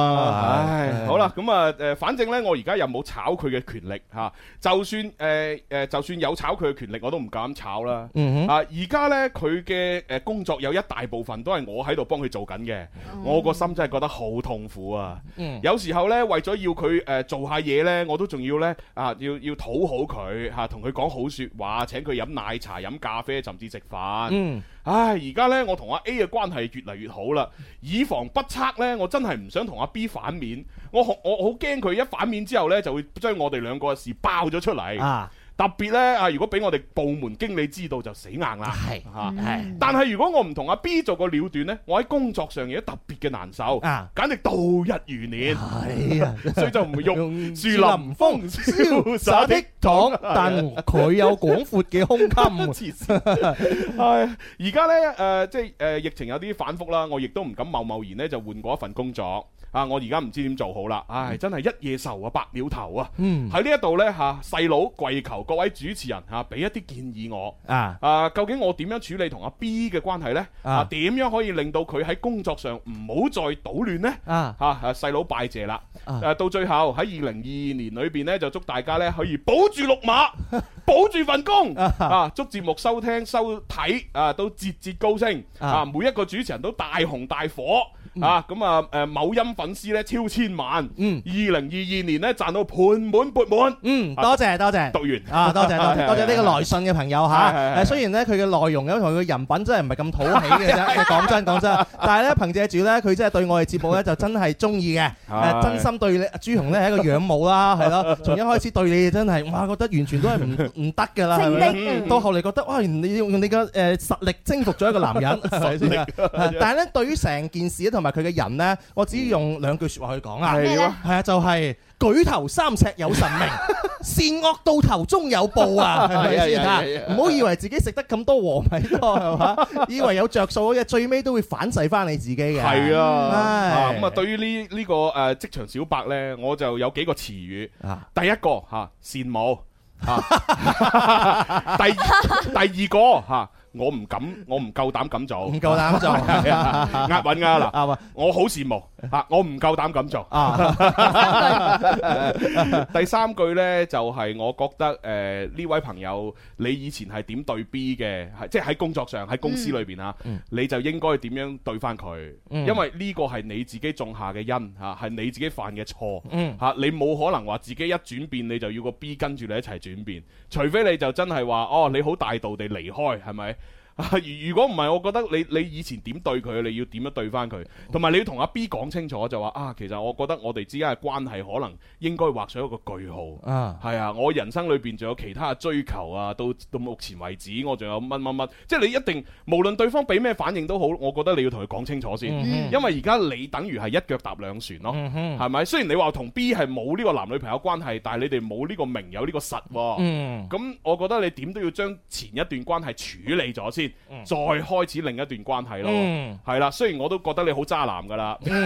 F: 係
E: 唉，好啦，咁啊，誒，反正呢，我而家又冇炒佢嘅權力嚇，就算誒誒、就算有炒佢嘅權力，我都唔敢炒啦。
F: 嗯哼，
E: 啊！而家呢，佢嘅誒工作有一大部分都係我喺度幫佢做緊嘅，我個心真係覺得好痛苦啊！
F: 嗯
E: 有時候呢，為咗要佢誒、呃做下嘢呢，我都仲要呢，啊，要要討好佢嚇，同佢講好説話，請佢飲奶茶、飲咖啡，甚至食飯。
F: 嗯，
E: 唉，而家呢，我同阿 A 嘅關係越嚟越好啦，以防不測呢，我真係唔想同阿 B 反面，我好我好驚佢一反面之後呢，就會將我哋兩個嘅事爆咗出嚟。
F: 啊，
E: 特別呢，啊，如果俾我哋部門經理知道就死硬啦。
F: 係
E: 啊
F: 係
E: 但係如果我唔同阿 B 做個了斷呢，我喺工作上亦都特別嘅難受，
F: 啊
E: 簡直度日如 年。
F: 係啊。
E: 所以就唔用樹
F: 用樹
E: 林
F: 林
E: 風啊
F: 風
E: 瀟
F: 瀟
E: 灑
F: 灑
E: 的
F: 的
E: 躺
F: 躺，但佢有廣闊嘅胸襟。
E: 黐線， 唉！而家呢，誒、呃即係誒、疫情有啲反覆啦，我亦都唔敢貿貿然呢就換過一份工作啊！我而家唔知點做好啦，唉，真係一夜愁啊，百了頭啊！
F: 嗯
E: 喺呢一度呢，嚇、細佬跪求各位主持人嚇，俾、一啲建議我。
F: 啊，
E: 啊，究竟我點樣處理同阿 B 嘅關係呢？啊
F: 啊，
E: 點樣可以令到佢喺工作上唔好再搗亂呢？
F: 啊
E: 嚇、啊，細佬拜謝啦！誒到最後喺二零二二年裏邊呢，就祝大家呢可以保住綠 馬，保住份工啊！祝節目收聽收睇啊都節節高升啊！每一個主持人都大紅大火。
F: 嗯
E: 啊，咁啊，誒某音粉絲咧超千萬，嗯，二零二二年咧賺到盆滿缽滿，
F: 嗯，多謝多 謝，
E: 讀啊完
F: 啊，多謝多謝多 謝呢個來信嘅朋友
E: 係係
F: 嚇。
E: 係
F: 誒，雖然咧佢嘅內容咁同佢嘅人品真係唔係咁討喜嘅 啫，講真講真，但係咧憑藉住咧佢真係對我哋節目咧就真係中意嘅，
E: 係
F: 誒真心對你朱紅咧係一個 仰慕啦，係咯，從一開始對你真係哇覺得完全都係唔 唔得㗎啦，係
E: 正的
F: 咪？
E: 嗯
F: 到後嚟覺得哇，你用你嘅誒實力征服咗一個男人，係咪先啊
E: 實力
F: 但係咧對於成件事同埋佢嘅人咧，我只要用兩句説話去講啊，
E: 咩呢
F: 係啊，就係舉頭三尺 有神明。善惡到頭終有報啊，係咪先
E: 係啊係
F: 啊
E: 啊係啊？
F: 唔好以為自己食得咁多和米多 係嘛，以為有着數嘅，最尾都會反噬翻你自己嘅。嗯
E: 係啊，啊
F: 唉
E: 咁啊，對於呢呢個誒職場小白咧，我就有幾個詞語。
F: 啊
E: 第一個嚇羨慕 嚇，第二第二個嚇。我唔敢，我唔夠膽咁做，
F: 唔夠膽做
E: 係啊押韻㗎 嗱，我好羨慕嚇，我唔夠膽咁做。
F: 啊
E: 第三句呢，就係我覺得呃誒呢位朋友，你以前係點對 B 嘅，係即係喺工作上喺公司裏邊啊，你就應該點樣對翻佢，
F: 嗯
E: 因為呢個係你自己種下嘅因嚇，係你自己犯嘅錯
F: 嗯
E: 嚇，你冇可能話自己一轉變你就要個 B 跟住你一齊轉變，除非你就真係話哦你好大度地離開係咪？ 如如果唔係，我覺得你你以前點對佢，你要點樣對翻佢，同埋你要同阿 B 講清楚，就話啊，其實我覺得我哋之間嘅關係可能應該畫上一個句號。
F: 啊，
E: 係啊，我人生裏邊仲有其他嘅追求啊，到到目前為止，我仲有乜乜乜，即係你一定無論對方俾咩反應都好，我覺得你要同佢講清楚先，
F: 嗯
E: 因為而家你等於係一腳踏兩船咯，
F: 哼
E: 係咪？雖然你話同 B 係冇呢個男女朋友關係，但係你哋冇呢個名有呢個實喎。
F: 嗯
E: 咁我覺得你點都要將前一段關係處理咗先，再開始另一段關係咯
F: 嗯。
E: 係啦，雖然我都覺得你好渣男㗎啦。
F: 呢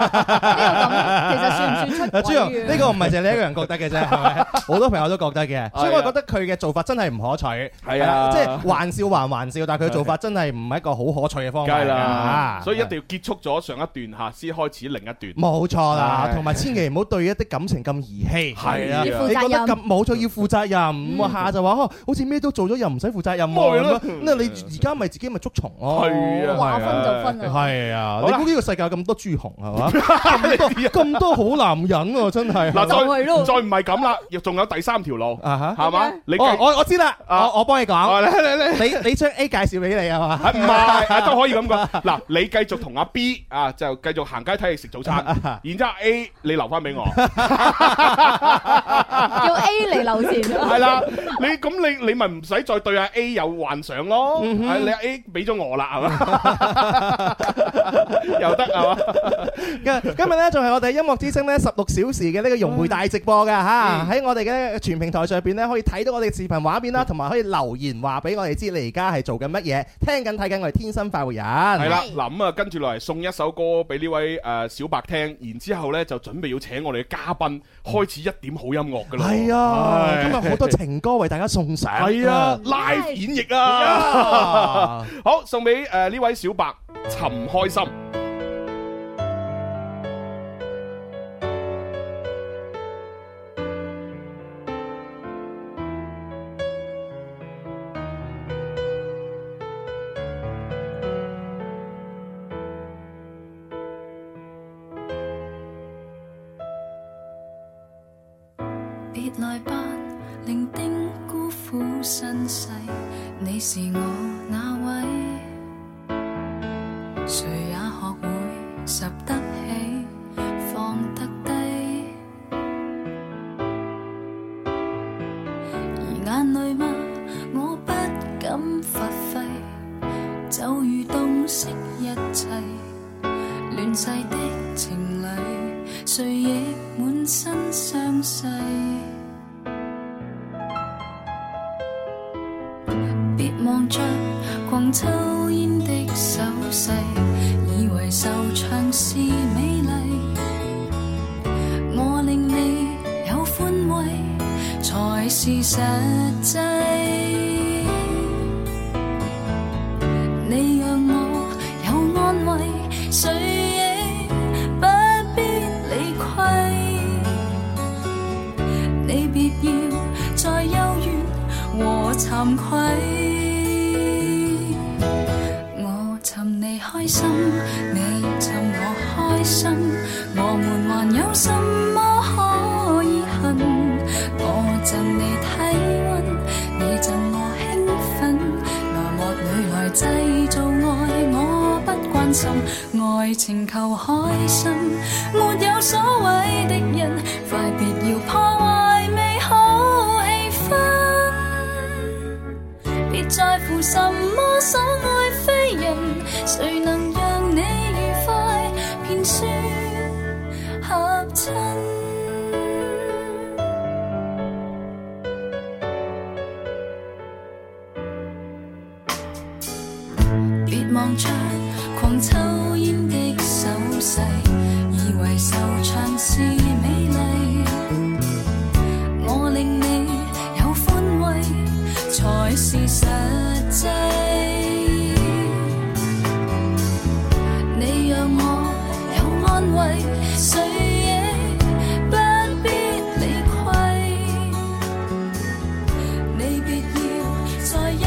E: 啊其實算唔算出軌
F: 朱
E: 嘅
F: 紅呢個唔係就你一個人覺得嘅啫，係咪？好多朋友都覺得嘅，所以我覺得佢嘅做法真係唔可取。
E: 啊係啊
F: 即係玩笑還玩笑，但係佢嘅做法真係唔係一個好可取嘅方
E: 梗
F: 法
E: 係
F: 嚟
E: 啦
F: 㗎。啊，
E: 所以一定要結束咗上一段嚇，先開始另一段。
F: 冇錯啦，
E: 係
F: 同埋千祈唔好對一啲感情咁兒戲，
E: 係啊
F: 你
E: 要負責任嗯
F: 覺得咁冇錯要負責任，哇下就話哦，好似咩都做咗又唔使負責任
E: 咪
F: 喎，
E: 咯
F: 咁樣咁你而家咪自己咪捉蟲咯，
E: 嗯係啊話分就分啊
F: Oh 係啊，
E: 好
F: 你
E: 啦
F: 估呢個世界咁多朱紅 係嘛？咁多咁多好男人喎，真係
E: 嗱，再再唔係咁啦，又仲有第三條路，
F: 啊
E: 係嘛？你
F: 哦我我知啦，我我幫你
E: 啊嚟嚟
F: 講，
E: 嚟
F: 你你將 A 介紹俾你係嘛？
E: 唔 係啊都可以咁講。嗱，你繼續同阿 B 啊，就繼續行街睇戲食早 餐，
F: 啊
E: 然之後 A 你留翻俾我。
G: 用 A 嚟留錢。
E: 係啦，你咁你你咪唔使再對阿 A 有幻想咯。
F: 嗯
E: 係你阿 A 俾咗我啦，係嘛？又得係嘛？
F: 今今日咧仲係我哋音樂之聲咧十六小時嘅呢個融媒大直播嘅
E: 嗯
F: 嚇，喺我哋嘅全平台上邊咧可以睇到我哋嘅視頻畫面啦，同埋可以留言話俾我哋知你而家係做緊乜嘢，聽緊睇緊我哋天生快活人。
E: 係
F: 係
E: 啦，嗱咁啊，跟住落嚟送一首歌俾呢位誒小白聽，然之後咧就準備要請我哋嘅嘉賓開始一點好音樂噶啦。
F: 係啊，
E: 唉
F: 今日好多情歌為大家送上。嗯
E: 係啊，live 演繹啊，好送俾誒呢位小白尋開心。
L: 別來扮伶仃孤苦身世，你是我那位，誰也學會拾得起，放得低，而眼淚嗎，我不敢發揮，就如洞悉一切，亂世的情侶。誰亦滿身傷勢，別望着狂抽煙的手勢，以為受唱是美麗。我令你有寬慰，才是實際。你讓我有安慰，誰亦不必理虧。
C: 慚愧。我尋你開心，你尋我開心，我們還有什麼可以恨？我贈你體温，你贈我興奮，麻木裏來製造愛，我不關心。愛情求開心，沒有所謂的人，快別要破壞美好氣氛。別在乎什麼所愛非人，誰能讓你愉快？偏說合襯。別望着狂抽煙的手勢，以為受唱是美麗。我令你有寬慰，才是實際。你讓我有安慰，誰亦不必理虧。你別要再憂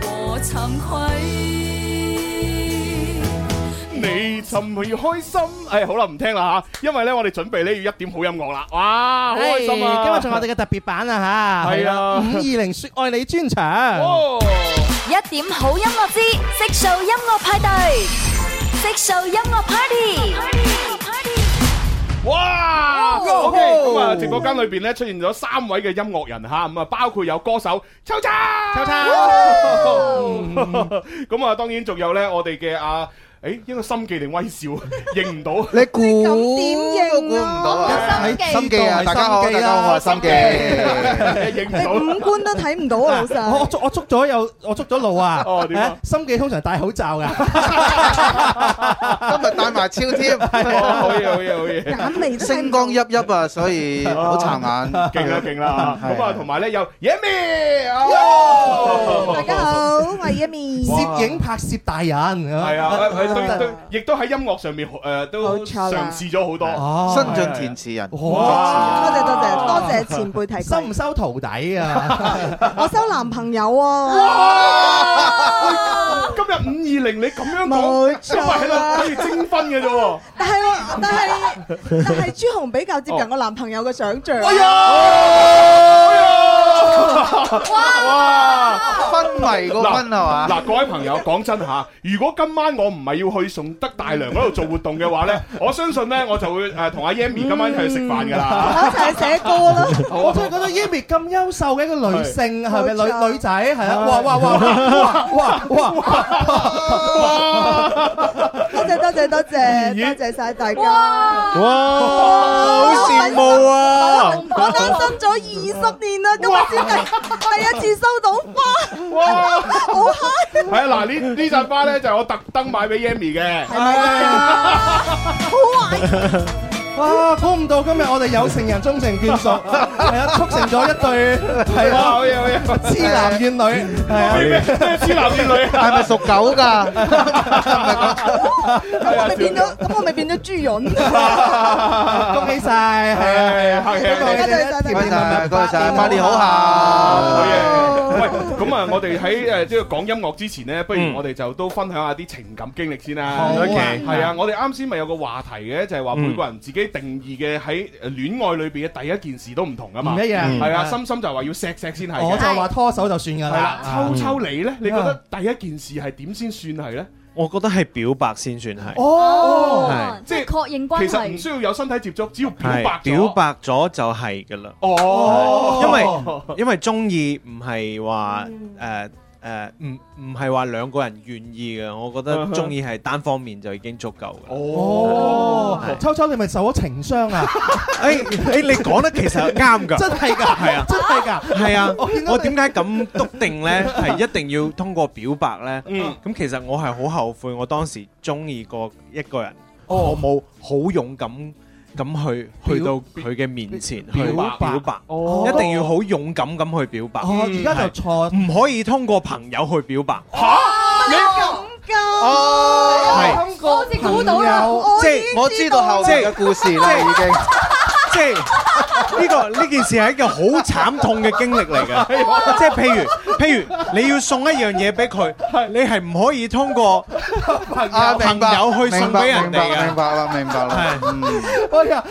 C: 鬱和慚愧。
E: 你尋回開心，誒好啦，唔聽啦嚇，因為咧我哋準備咧要一點好音樂啦，哇，好開心啊！
F: 今日仲有我哋嘅特別版啊吓，
E: 係啊
F: 五二零说愛你專場。
G: 一點好音樂之悉數音樂派對，悉數音樂 party。
E: 哇
G: 哇
E: ！OK，咁啊，直播間裏邊咧出現咗三位嘅音樂人嚇，咁啊包括有歌手秋秋，秋秋，咁啊當然仲有咧我哋嘅啊，誒應該心記定威少認唔到，
M: 你估
N: 都估
M: 唔到
E: Dạ,
M: 啊！
E: 心記
M: 心記啊！大家好，
E: 心記
M: 大
E: 啊
M: 家好，我係心 記。
E: 認唔
F: 五官都睇唔到 啊，老細！我捉我捉咗有我捉咗路啊！ 哦，
E: 點啊？
F: 心記通常戴口罩噶，
M: 今日戴埋超 添，
E: 好嘢好嘢好嘢！
M: 星光熠熠啊，所以好殘眼，
E: 勁啦勁啦嚇咁啊同埋咧有 Yami，
O: 大家好，我係 Yami。
F: 攝影拍攝大人係
E: 係啊，誒誒對對，亦都喺音樂上面誒都
O: 錯
E: 嘗
O: 啦
E: 試咗好多，
M: 新晉填詞人。
O: 多謝多謝多謝前輩提
F: 收唔收徒弟啊？
O: 我收男朋友啊！
E: 今日五二零你咁樣
O: 冇
E: 講，
O: 錯
E: 咁咪係
O: 啦
E: 咯，等於徵婚嘅啫喎。
O: 但係我但係但係朱紅比較接近我男朋友嘅想像。哎
E: 哇！
M: 昏迷個啊昏係嘛
E: 嗱嗱，各位朋友，講真嚇，如果今晚我唔係要去崇德大良嗰度做活動嘅話 咧，我相信咧我就會誒同阿 Yami 今晚一齊去食飯㗎 啦。
O: 我一齊寫歌啦！
F: 我真係覺得 Yami 咁優秀嘅一個女性係咪
O: 冇錯
F: 女女仔係啊？哇哇哇哇哇哇
O: 多謝多謝多謝多謝晒大家！
P: 哇，好羨慕啊！
O: 我單身咗二十年啦，今日先第第一次收到花，
E: 哇！
O: 好嗨！
E: 係啊，嗱呢呢扎花咧就係我特登買俾 Yami 嘅。
F: 哇！估唔到今日我哋有情人終成 眷屬，係啊，促成咗一對係
E: 哇
F: 啊
E: 好嘢好嘢
F: 痴男怨女係啊，
E: 咩痴男怨女
M: 係咪屬狗㗎？
O: 咁我咪變咗，咁我咪變咗豬 潤。
F: 恭喜晒！係啊係啊，
E: 客氣
F: 多謝
M: 多謝
E: dạ,
F: Dạ,
M: 晒，多謝晒，百年好
E: Ờ.
M: 合。
E: 喂，咁啊，我哋喺誒即係講音樂之前咧，不如我哋就都分享下啲情感經歷先啦。
F: 好啊
E: 係啊，我哋啱先咪有個話題嘅，就係話每個人自己定義嘅喺戀愛裏邊嘅第一件事都唔同噶嘛。
F: 唔一樣嗯
E: 係啊，心心就話要錫錫先係嘅。
F: 我就話拖手就算㗎
E: 係啦
F: 啦，，
E: 秋秋你咧，你覺得第一件事係點先算係咧？
P: 我覺得係表白先算係。
N: 哦
P: 係，
N: 即係確認關
E: 其實唔需
N: 係。
E: 要有身體接觸，只要表
P: 係
E: 白
P: 表
E: 咗。
P: 白咗就係㗎啦。
E: 哦
P: 因為因為中意唔係話誒誒，唔唔係話兩個人願意嘅，我覺得
F: 嗯哼
P: 中意係單方面就已經足夠嘅。
F: 哦，秋秋你咪受咗情 傷啊！
P: 誒誒，你講得其實啱㗎，
F: 真係㗎，
P: 係啊，
F: 真係㗎，
P: 係啊
F: 我見，到
P: 我點解咁篤定 呢？係一定要通過表白呢？
F: 嗯
P: 咁其實我係好後悔，我當時中意過一個人，
F: 哦
P: 我冇好勇敢咁去去到佢嘅面前去
F: 表
P: 表
F: 白
P: 白
F: 哦，
P: 一定要好勇敢咁去表白。
F: 哦而家就錯，
P: 唔可以通過朋友去表白。
M: 哦，
P: 係
M: 即係我知道後面嘅故事啦，已經。
P: 即即係呢個呢件事係一個好慘痛嘅經歷 嚟嘅，
M: 啊
P: 即係譬如譬如你要送一樣嘢俾佢，你係唔可以通過
M: 啊，
P: 朋
M: 明白，
P: 友去送俾人
M: 明白
P: 哋
M: 明
P: 嘅。
M: 白啦，明白
P: dạ.
M: 啦。嗯
F: 哎呀，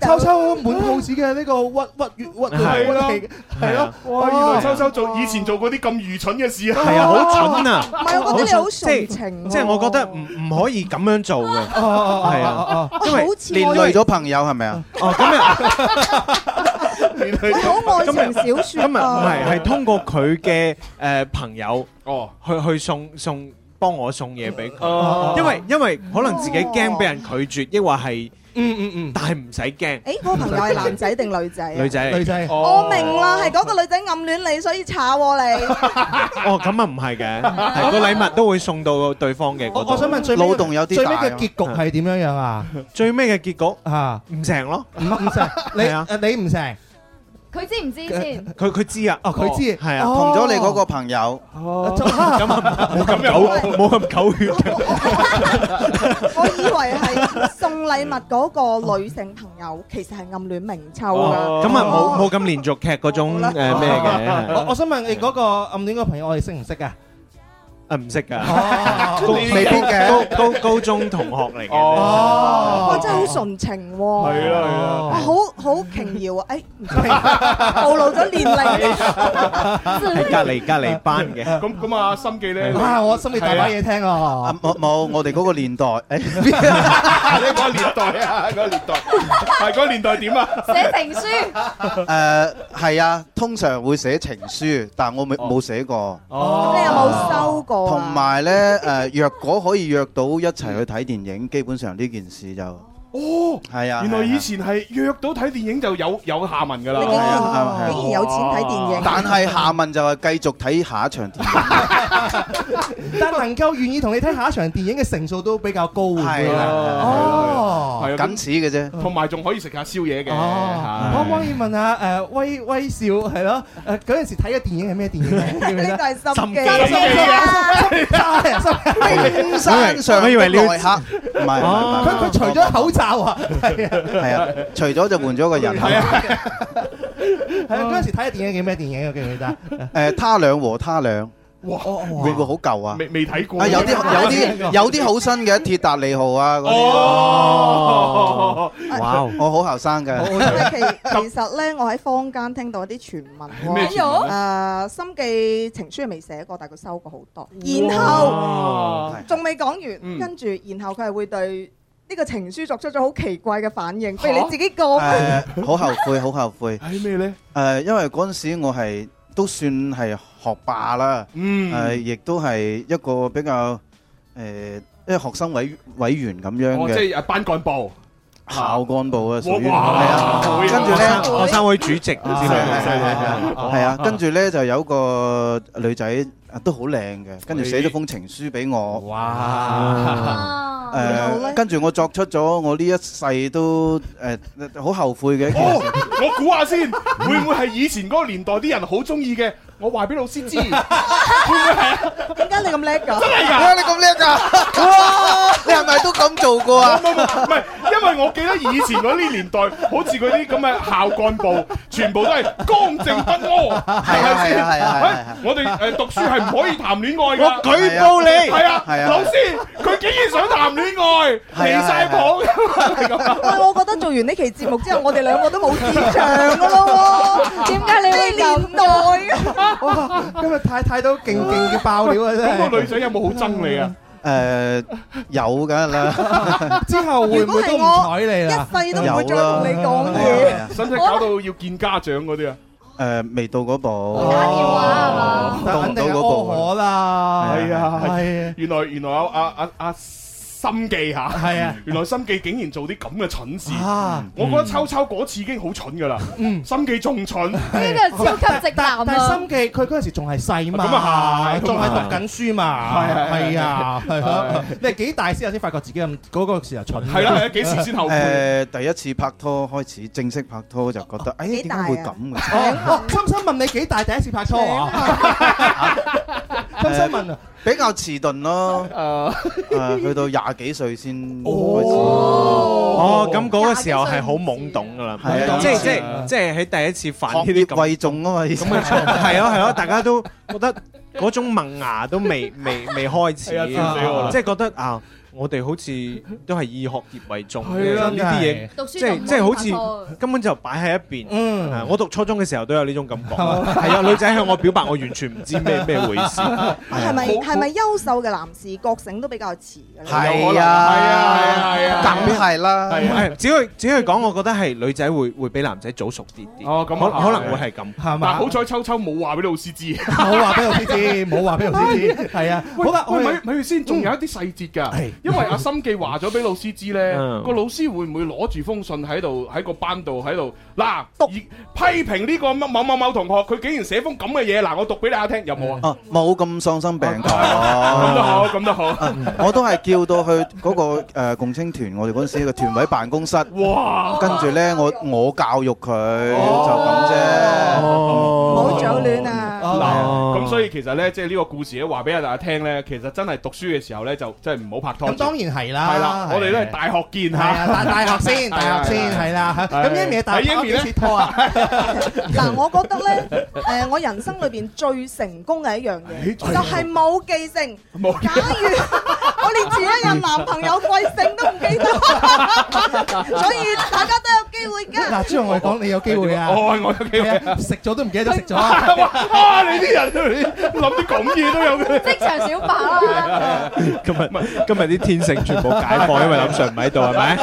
F: 秋秋滿肚子嘅呢個屈屈越屈
E: 係咯
F: 嚟，
M: 啊
F: 係咯，
E: 啊哇！原來秋秋
O: 啊
E: 做以前做過啲咁愚蠢嘅事啊，
P: 係啊，好蠢 啊！
O: 我覺得你好
P: 蠢即係
O: 純情喎
E: Dạ.
P: 即係我覺得
M: ừ,
P: 唔唔可以咁樣做嘅，
M: 哦
P: 係啊，因為
M: 連累咗朋友係咪啊？
P: 哦，咁又。
O: 好愛情小説
P: 今日唔係，係通過佢嘅誒朋友
E: 哦，
P: 去去送送幫我送嘢俾
E: 哦
P: 佢，因為因為可能自己驚俾人拒絕，抑或係嗯嗯嗯，但係唔使驚，
O: 誒，嗰個朋友係男仔定女仔啊？
P: 女仔女
F: 仔，
M: 哦
O: 我明啦，係嗰個女仔暗戀你，所以炒我你。
P: 哦，咁啊唔 係嘅，係個禮物都會送到對方嘅嗰度。
F: 我想問最尾最尾
P: 啊
F: 嘅結局係點樣樣啊？
P: 最尾嘅結局
F: 啊，
P: 唔成咯，
F: 唔唔成，你
P: 係啊
F: 誒你唔成，
G: 佢知唔知先？
P: 佢佢知啊，
F: 哦佢知
P: 係啊，
F: 哦同咗你嗰
M: 個朋友，
P: 哦， 咁啊冇咁狗冇咁狗 血嘅，
O: 我以為係送禮物嗰個女性朋友，其實係暗戀明秋㗎。
P: 咁啊冇冇咁連續劇嗰種誒嗯呃咩
F: 我
P: 嘅，
F: 我想問你嗰個暗戀嘅朋友，我哋識唔識啊？
P: 啊唔識㗎。
F: 哦
M: 未必嘅
P: 高高高中同學嚟嘅。
O: 哇，
P: 哦
O: 真係好純情喎！
P: 係 啊係啊
O: 哇好好瓊瑤啊！誒，唔知暴露咗年齡。
P: 係隔離隔離班嘅。
M: 嗯
E: 咁咁啊，心記咧，
F: 啊，我心裏
E: à.
F: 大把 嘢聽啊！
M: 啊冇冇，我哋嗰個年代， 誒，
E: 你嗰個年代啊，嗰個年代，係嗰個年代點啊？
G: 寫情書，
M: 誒係啊，通常會寫情書，但我冇冇寫過。
O: 你有冇收過
M: 同
O: 啊？
M: 埋咧，誒，若果可以約到一齊去睇電影，基本上呢件事就
E: 哦，
M: 係啊。
E: 原來以前係約到睇電影就有有下文㗎啦，
M: 係啊係啊係啊
O: 竟然有錢睇電影，
M: 但係下文就係繼續睇下一場電影。
F: 但能夠願意同你睇下一場電影嘅成數都比較高，會唔會啊？哦，
E: 係啊，
M: 僅此嘅啫，
E: 同埋仲可以食下宵夜嘅。
F: 哦，可唔可以問下誒威威少係咯？誒嗰陣時睇嘅電影係咩電影咧？記唔記得
O: 呢個係心機。
F: 心機啊心機啊心機啊
M: 冰山上
P: 我以為
M: 的
P: 你要
M: 來客，唔係唔係唔
F: 佢佢除咗口罩啊，係啊
M: 係係啊，除咗就換咗個人。
F: 係啊！嗰陣時睇嘅電影叫咩電影啊？記唔記得？
M: 誒，呃他兩和他兩。
E: 哇！
M: 會唔會好舊啊？
E: 未未睇過
M: 啊，有啲有啲有啲好新嘅，鐵達尼號啊嗰啲。
E: 哦，
P: 哇！
M: 我好後生嘅，
O: 但係其其實咧，我喺坊間聽到一啲傳聞喎
M: 咩傳聞
O: 誒心記情書未寫過，但係佢收過好多。
E: 嗯
O: 然後
M: 係
O: 仲未講完，跟住然後佢係會對呢個情書作出咗好奇怪嘅反應。譬如你自己講，
M: 誒，好後悔，好後悔。
E: 係咩咧？
M: 誒，因為嗰陣時我係都算係學霸啦，
E: 嗯
M: 誒，亦都係一個比較誒，即係學生委委員咁樣
E: 哦，即
M: 嘅
E: 係班幹部。
M: 校幹部啊，屬於係
E: 哇
M: 啊。
E: 會
M: 跟住
P: 學
M: 咧。
P: 生學生會主席先
M: 係係
P: 係
M: 係啊，跟住咧就有個女仔啊都好靚嘅，跟住寫咗封情書俾我。哇！誒，跟住我作出咗我呢一世都誒好後悔嘅一件
E: 哦
M: 事。，
E: 我估 下先，會唔會係以前嗰個年代啲人好中意嘅？我話俾老師 知，會唔會係啊？
O: 點解你咁叻㗎？
E: 真係㗎
M: 哇！你咁叻㗎！哇！你係咪都咁做過啊？
E: 唔係，因為我記得以前嗰啲年代，好似嗰啲咁嘅校 幹部，全部都係剛正不阿，係咪
M: 係啊係
E: 先？
M: 啊係啊係
E: 哎我哋誒讀書係唔可以談戀愛㗎。
P: 我舉報你
E: 係啊，
M: 係啊
E: 老師，佢竟然想談戀愛，
M: 係
E: 離
M: 啊
E: 晒譜。係咁啊
O: 喂，我覺得做完呢期節目之後，我哋兩個都冇市場㗎咯喎。
G: 點解你會
O: 呢
G: 咁
O: 年代啊？
F: 哇！今日睇睇到勁勁嘅爆料啊！真
E: 嗰個
F: 係
E: 女仔有冇好憎你啊？
M: 誒有㗎啦，
F: 之後會唔會都唔睬你啦？
O: 一世都唔會
M: 有
O: 再同
M: 啦
O: 你講嘢。
M: 係啊
E: 使唔使搞到要見家長嗰啲啊？
M: 誒未到嗰
E: 哦
M: 步，
E: Ờ,
M: 到唔
F: 啊肯
M: 到
F: 定係
M: 嗰步
F: 可啦，
E: 係啊，
F: 係啊。
E: 原來原來阿阿阿阿啊心記嚇，
F: 係啊，
E: 原來心記竟然做啲咁嘅蠢事。
F: 啊
E: 我覺得秋秋嗰次已經好蠢㗎啦，心記仲蠢。
G: 呢個超級直男
F: 但係
G: 啊！
F: 心記佢嗰陣時仲係細嘛，
E: 咁啊係咁啊係
F: 仲係讀緊書嘛，
E: 係係係
F: 係啊，係
E: 係
F: 咯，你係幾大先有先發覺自己咁嗰個時候蠢？
E: 係啦，係啦，幾時先後悔？
M: 誒第一次拍拖開始正式拍拖就覺得，哎點解會咁嘅？
F: 哦，哦，心心問你幾大第一次拍拖啊？心心問啊，
M: 比 Ờ, dạ 較遲鈍咯，誒去到廿幾歲先開始，
P: 哦，咁嗰個時候係好懵懂噶啦，
M: 係啊
P: 即係即係即係喺第一次犯呢啲咁
M: 貴重啊嘛，
P: 咁嘅錯，係啊係啊，大家都覺得嗰種萌芽 都未未未開始，
M: 係啊
P: 即
M: 笑死我啦
P: 係覺得啊，我哋好似都係以學業為重嘅
M: 係啊
P: 呢啲嘢
M: 讀，書
P: 即
M: 就
P: 係
M: 唔
P: 即係
M: 好
P: 好似根本就擺喺一邊。
M: 嗯
P: 啊我讀初中嘅時候都有呢 種感覺，係啊，女仔向我表白，我完全唔知咩咩回事，
O: 係咪係咪優秀嘅男士覺醒都比較遲㗎咧？
P: 係啊，係啊，係啊，
M: 梗係啦。
P: 係，只可以-只可以講，我覺得係女仔會-會比男仔早熟啲啲。可-
E: 啊，
P: 可能會係咁。
E: 但好彩秋秋冇話俾老師知，
P: 冇話俾老師知冇話俾老師知
E: 哎
P: 係啊
E: 喂
P: 好啦我
E: 喂，
P: 哋嗯
E: 咪咪住先，仲有一啲細節㗎，因為阿心記話咗俾老師知咧，
P: 嗯
E: 個老師會唔會攞住封信喺度喺個班度喺度嗱，而批評呢個某某某同學，佢竟然寫封咁嘅嘢，嗱，我讀俾大家聽，有冇啊？
M: Ờ, 哦，冇咁喪心病狂。
P: 啊
E: 咁都好，咁都好。
M: ờ, 我都係叫到去嗰個，誒，共青團，我哋嗰陣時個團委辦公室。
E: 哇。
M: 跟住呢，我-我教育佢，就咁啫。
O: 哦
F: 哦
E: 嗱，咁所以其實咧，即係呢個故事咧，話俾大家聽咧，其實真係讀書嘅時候咧，就真係唔好拍拖。
F: 咁當然係啦
E: 係啦，我哋都係大學見嚇。
F: 係啊大大 學先大學先係啦嚇咁 Amy 大學幾時拖
E: 啊？
O: 嗱，我覺得 咧，誒，我人生裏邊最成哎功嘅一樣嘢，就係冇記性。假如 我連前一任男朋友貴姓都唔 記得，所以大家都有機會㗎。
F: 嗱，朱紅我講你有機會啊！
E: 我我有機會
F: 係啊食咗都唔記得咗食 咗啊。
E: 啊！你啲人你諗啲咁嘢都有嘅，
G: 職場小白啊！
P: 今日-今日啲天性全部解放，因為林sir唔喺度，係咪？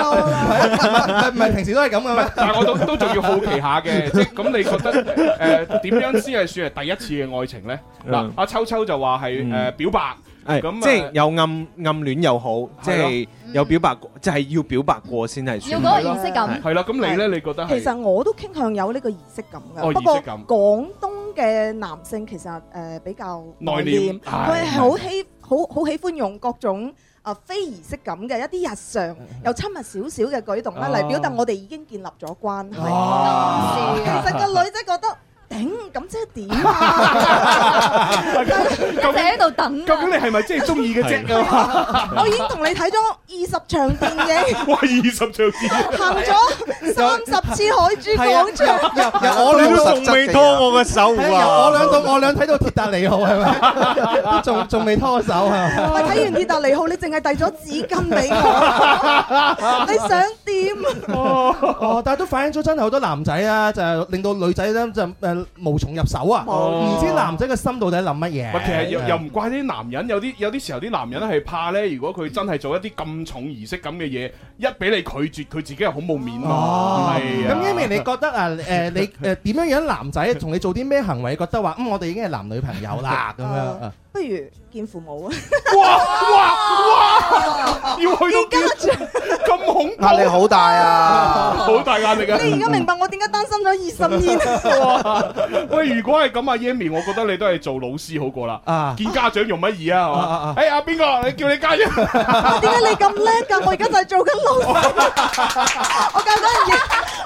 F: 唔係平時都係咁噶嘛。
E: 但係我都都仲要好奇下 嘅，即 係咁你覺得誒點樣先係算係第一次嘅愛情咧？嗱
P: 嗯，
E: 阿秋秋就話係
F: 嗯
E: 誒表白，
P: 係，
E: 咁誒
P: 即係有暗-暗戀又好，即係
E: 係咯。
P: 有表白過-即係要表白過先係算。
O: 要嗰個儀式感。
E: 係啦，咁你呢，你覺得係？
O: 其實我都傾向有呢個儀式感
E: 哦
O: 㗎，不過
E: 儀式感
O: 廣東嘅男性其實誒比較
E: 內
O: 內斂，
E: 斂係
O: 佢係好喜好好喜歡用各種啊非儀式感嘅一啲日常又親密少少嘅舉動啦，
F: 哦
O: 嚟表達我哋已經建立咗關係。
F: 哦
O: 其實 個女仔覺得。頂咁即係點啊？一直喺度等。
E: 究竟你係咪真係中意嘅啫？
O: 我已經同你睇咗二十場電影，
E: 哇！二十場片，
O: 行咗三十次海珠廣場。
F: 由我兩到
P: 仲未拖我嘅手啊。
F: 係由我兩到我兩睇到鐵達尼號係咪？都仲仲未拖手啊！
O: 我睇完《鐵達尼號》，你淨係遞咗紙巾俾我，你想點？
F: 哦，但係都反映咗真係好多男仔啊，就係令到女仔咧就誒無從入手啊，
E: 哦
F: 唔知男仔嘅心到底諗乜嘢。
E: 喂其實又又唔怪啲男人，有啲有啲時候啲男人係怕咧，如果佢真係做一啲咁重儀式咁嘅嘢，一俾你拒絕，佢自己係好冇面啊。係啊
F: 哦咁因為你覺得啊誒你誒點樣樣男仔同你做啲咩行為，覺得話嗯我哋已經係男女朋友啦咁樣啊。
O: 不如見父母啊！
E: 哇哇哇！要去到咁恐怖，
M: 壓力好大啊！
E: 好大壓力啊！
O: 你而家明白我點解單身咗二十年？
E: 喂，如果係咁啊，Yami，我覺得你都係做老師好過啦。
F: 啊，
E: 見家長用乜嘢啊？係
F: 啊啊
E: 嘛
F: 啊？
E: 哎呀，邊個？你叫你家長。
O: 點解你咁叻㗎？我而家就係做緊老師，我教緊人影，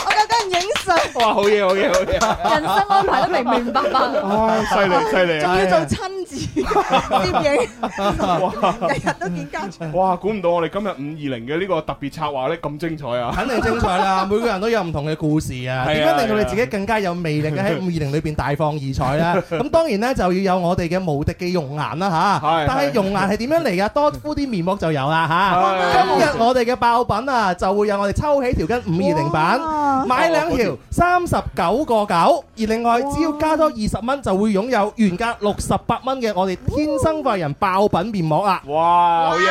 O: 我教緊人影相，
E: 哇！好嘢，好嘢，好嘢！
G: 人生安排都明明白白。
E: 唉，犀利，犀利
O: 仲要
E: 啊！
O: 做親子攝影，日日都見家長。
E: 哇，估唔到我哋今日五二零嘅呢個特別策劃咧咁精彩啊！
F: 肯定精 彩啦！每個人都有唔同嘅故事啊，
E: 係啊
F: 點樣令到你自己更加有魅力嘅喺五二零裏邊大放異彩 啦？咁當然咧就要有我哋嘅無敵嘅容顏啦
E: 係
F: 吓，但係容顏係點樣嚟噶？多敷啲面膜就有 啦吓。
E: 係
F: 今日我哋嘅爆品啊，就會有我哋抽起條筋五二零版，買兩條三十九個九，而另外只要加多二十蚊就會擁有原價六十八蚊嘅我哋天生快人爆品面膜啊啦。
E: 哇，好嘢！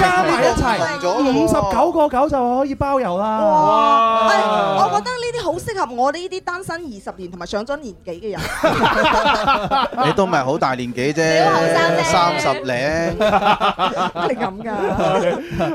F: 加埋一齊五十九個九就可以包郵啦！
O: 哇！哎我 覺得呢啲好適合我哋呢啲單身二十年同埋上咗年紀嘅人。
M: 你都唔係好大年紀啫，三十零。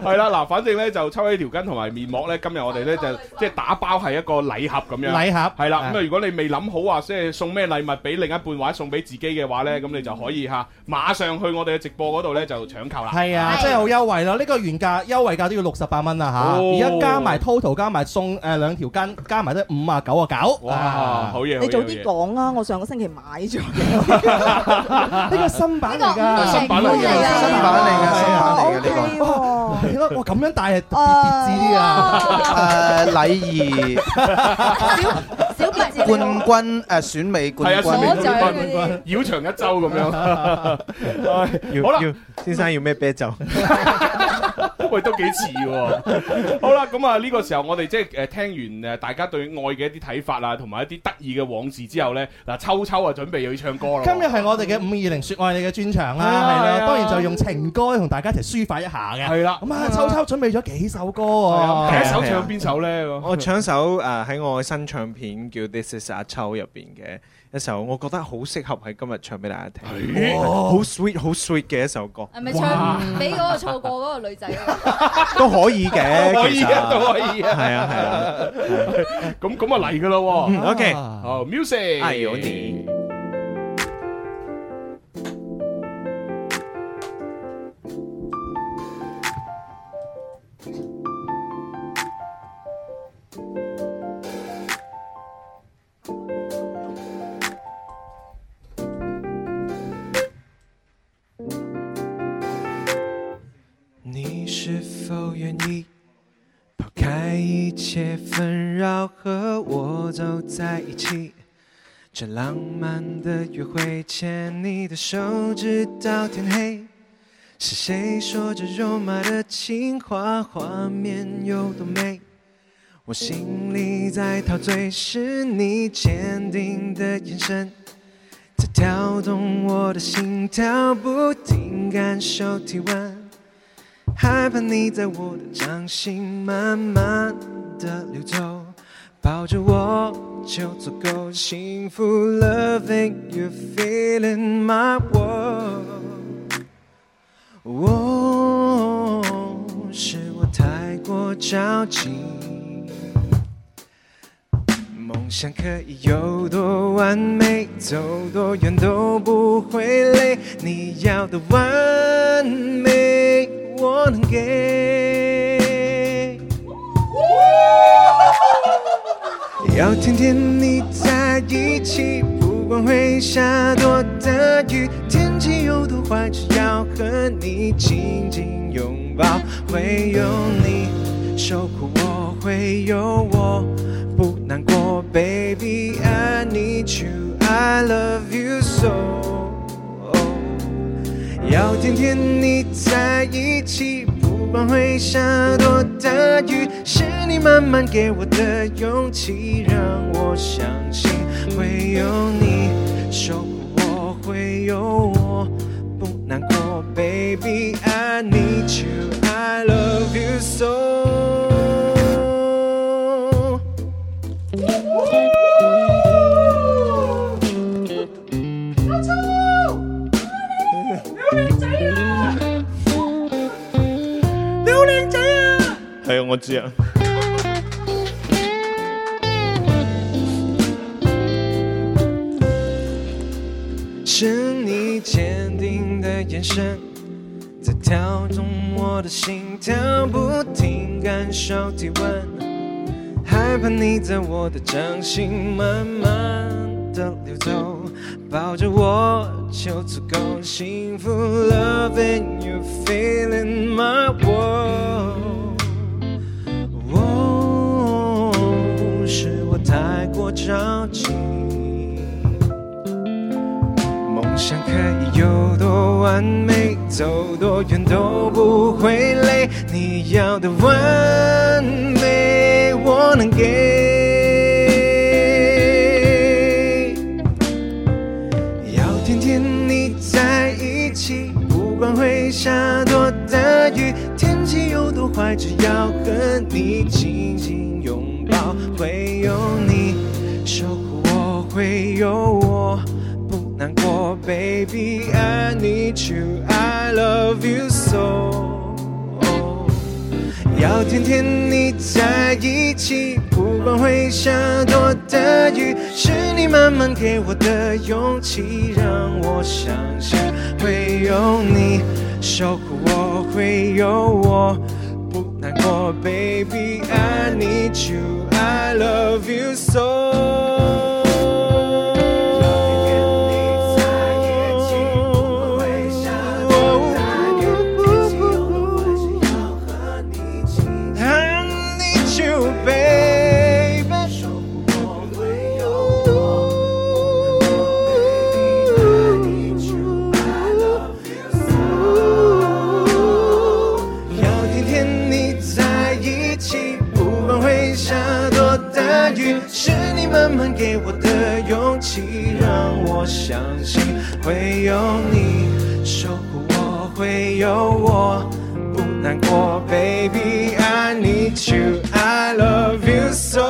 E: 係啦，嗱，反正咧就抽起條筋同埋面膜咧，今日我哋咧
F: 哦
E: 就即係打包係一個禮盒咁樣。
F: 禮盒
E: 係啦，
F: 啊
E: 咁啊，如果你未諗好話即係送咩禮物俾另一半或者送俾自己嘅話
F: 嗯
E: 咧，咁你就可以吓馬上去我哋嘅直播嗰度咧就搶購啦。
F: 係啊，真係好優惠咯！呢個原價優惠價都要六十八蚊啦嚇，
E: 哦
F: 而家加埋 total 加埋送誒兩條筋，加埋都五啊九啊九。
E: 哇
F: 啊
E: 好嘢
O: 你早
E: 好嘢
O: 啲講啊！我上個星期買咗，
F: 呢個新版嚟㗎，
O: 呢個五二零
F: 新版嚟㗎，新版嚟㗎呢個。哇！原來得我咁樣戴係特別別致 啲啊！
M: 誒禮儀，
Q: 小別致
M: 冠軍誒選美冠
P: à,
E: 係啊，
M: 軍，
E: 順便冠軍繞場一 周咁 樣。好啦，
R: 先生要咩 啤酒？
E: 喂，都幾似喎。好啦，咁啊呢個時候我哋即係誒聽完誒大家對愛嘅一啲睇法啊，同埋一啲得意嘅往事之後咧，嗱秋秋啊準備要去唱歌啦。
F: 今日係我哋嘅五二零説愛你嘅專場
E: 係
F: 啦，
E: 啊
F: 係
E: 係啊
F: 啦，當然就用情歌同大家一齊抒發一下嘅。
E: 係啦
F: 咁啊，秋秋準備咗幾首歌喎，
R: 係啊第一首
E: 唱邊首咧？
R: 我唱首誒喺我新唱片叫《This Is 阿秋》入邊嘅一首，我覺得好適合喺今日唱俾大家聽，好 sweet 好 sweet 嘅一首歌，
C: 係咪唱俾嗰個錯過嗰個女仔啊？
R: 都可以嘅，
E: 都可以
R: 其實
E: 啊都可以啊
R: 係啊係啊。
E: 咁咁啊嚟噶咯
R: 嗯，OK
E: 好 music，
R: 愛有你。你是否愿意抛开一切纷扰，和我走在一起？这浪漫的约会，牵你的手直到天黑。是谁说这肉麻的情话，画面有多美？我心里在陶醉，是你坚定的眼神。在跳动我的心跳，不停感受体温，害怕你在我的掌心慢慢的流走，抱着我就足够幸福。Loving you, feeling my world。哦，是我太过着急。梦想可以有多完美，走多远都不会累。你要的完美，我能给。 要天天你在一起，不管会下多大雨，天气有多坏，只要和你紧紧拥抱，会有你守护我，会有我不难过，baby I need you, I love you so。要天天你在一起，不管会下多大雨，是你慢慢给我的勇气，让我相信会有你守护我，会有我不难过，baby I need you, I love you 嗯
O: 嗯
R: so。
D: 你好靚仔啊！
R: 係啊，我知啊。是你坚定的眼神，在跳动我的心跳，不停感受体温，害怕你在我的掌心慢慢的流走，抱着我就足够幸福。Loving you, feeling my world。哦，是我太过着急。梦想可以有多完美，走多远都不会累。你要的完美，我能给。要天天你在一起，不管会下多大雨，天气有多坏，只要和你紧紧拥抱，会有你守护我，会有我不难过，baby I need you, I love you so。要天天你在一起，不管会下多大雨，是你慢慢给我的勇气，让我相信会有你守护我，会有我不难过，baby I need you, I love you so。遇，是你慢慢给我的勇气，让我相信会有你守护我，会有我不难过，baby I need you, I love you so。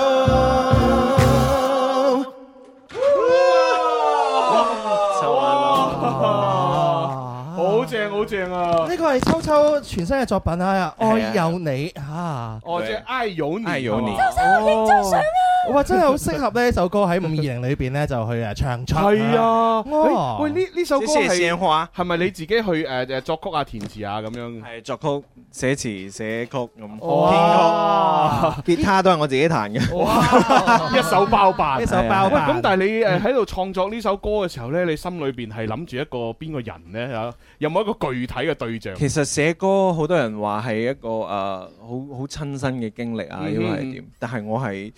E: 好正好正
O: 哦
E: 啊！
F: 呢個係秋秋全新嘅作品啊，《愛有你》啊嚇。
E: 哦，即係愛有你，愛有
F: 你周
E: 生影張相啊！
F: 哦哇！真係好適合呢首歌喺五二零裏邊咧就去誒唱出。
E: 係啊，
F: 哦
E: 喂喂，呢呢首歌
P: 即係寫
R: 啊
E: 係係咪你 自己去誒誒作曲啊、填詞啊咁樣？
P: 係作曲、寫詞、寫曲咁，
E: 哇
P: 編曲、吉他都係我自己彈嘅。
E: 一手包辦，
P: 一手包辦
E: 喂咁但係你誒喺度創作呢首歌嘅時候咧，你心裏邊係諗住一個邊個人咧嚇？有冇一個具體嘅對象？
P: 其實寫歌好多人話係一個誒好好親身嘅經歷啊，
E: 嗯
P: 因為係點？但係我係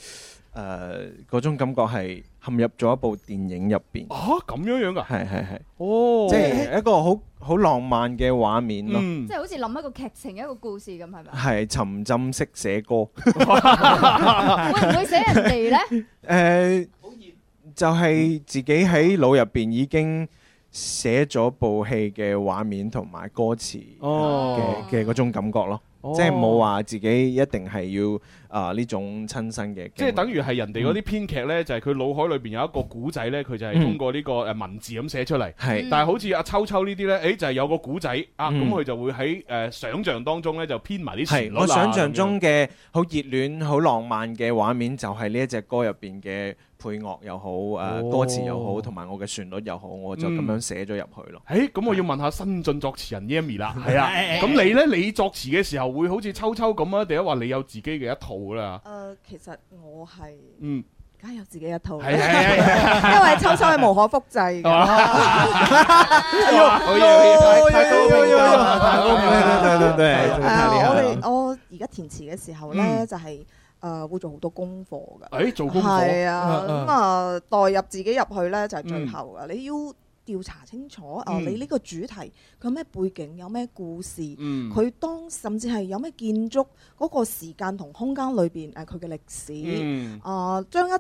P: 誒嗰種感覺係陷入咗一部電影入邊。
E: 啊咁樣樣㗎？
P: 係係係，
E: 哦
P: 即係一個好好浪漫嘅畫面咯。
E: 嗯
G: 即係好似諗一個劇情一個故事咁，係 咪？
P: 係沉浸式寫歌。
G: 會唔會寫人哋
P: 誒，
G: 咧？
P: 呃就係自己喺腦入邊已經寫咗部戲嘅畫面同埋歌詞
E: 哦
P: 嘅嘅嗰種感覺咯，
E: 哦
P: 即係冇話自己一定係要啊呢種親身嘅經歷，
E: 即係等於係人
P: 嗯
E: 哋嗰啲編劇呢，就係佢腦海裏邊有一個古仔呢，佢就係通過呢個誒文字咁寫出嚟。
O: 嗯
P: 係
E: 但係好似阿秋秋呢啲呢，誒就係有個古仔啊，咁
P: 嗯
E: 佢就會喺誒想像當中呢，就編埋
P: 係
E: 啲旋律啊
P: 我
E: 啦
P: 想像中嘅好熱戀、好浪漫嘅畫面，就係呢一隻歌入邊嘅配樂又好，誒、
E: 哦
P: 呃歌詞又好，同埋我嘅旋律又好，我就咁樣寫咗入去咯。
E: 哦誒咁我要問下新晉作詞人 Yami 啦，係啊，
P: 係
E: 咁你呢？你作詞嘅時候會好似秋秋咁啊，定係話你有自己嘅一套啦？
O: 誒，其實我係
E: 嗯，
O: 梗係有自己一套，因
E: 係係 係係哦
O: 為秋秋係無可複 製嘅。
P: 好嘢好
E: 哎
P: 嘢太高明咗
O: 太高明咗
E: 哎
P: 對對對對
O: 係
P: 太
O: 啊
P: 厲害啦
O: 我哋我而家填詞嘅時候咧，
P: 嗯
O: 就係誒會做好多功課㗎。
E: 誒做功課
O: 係啊，
E: 嗯
O: 咁啊代入自己入去咧就係最後㗎。你要調查清楚啊，
E: 嗯
O: 你呢個主題佢有咩背景，有咩故事，
E: 嗯
O: 佢當甚至係有咩建築嗰個時間同空間裏邊誒佢嘅歷史
E: 嗯，
O: 啊將一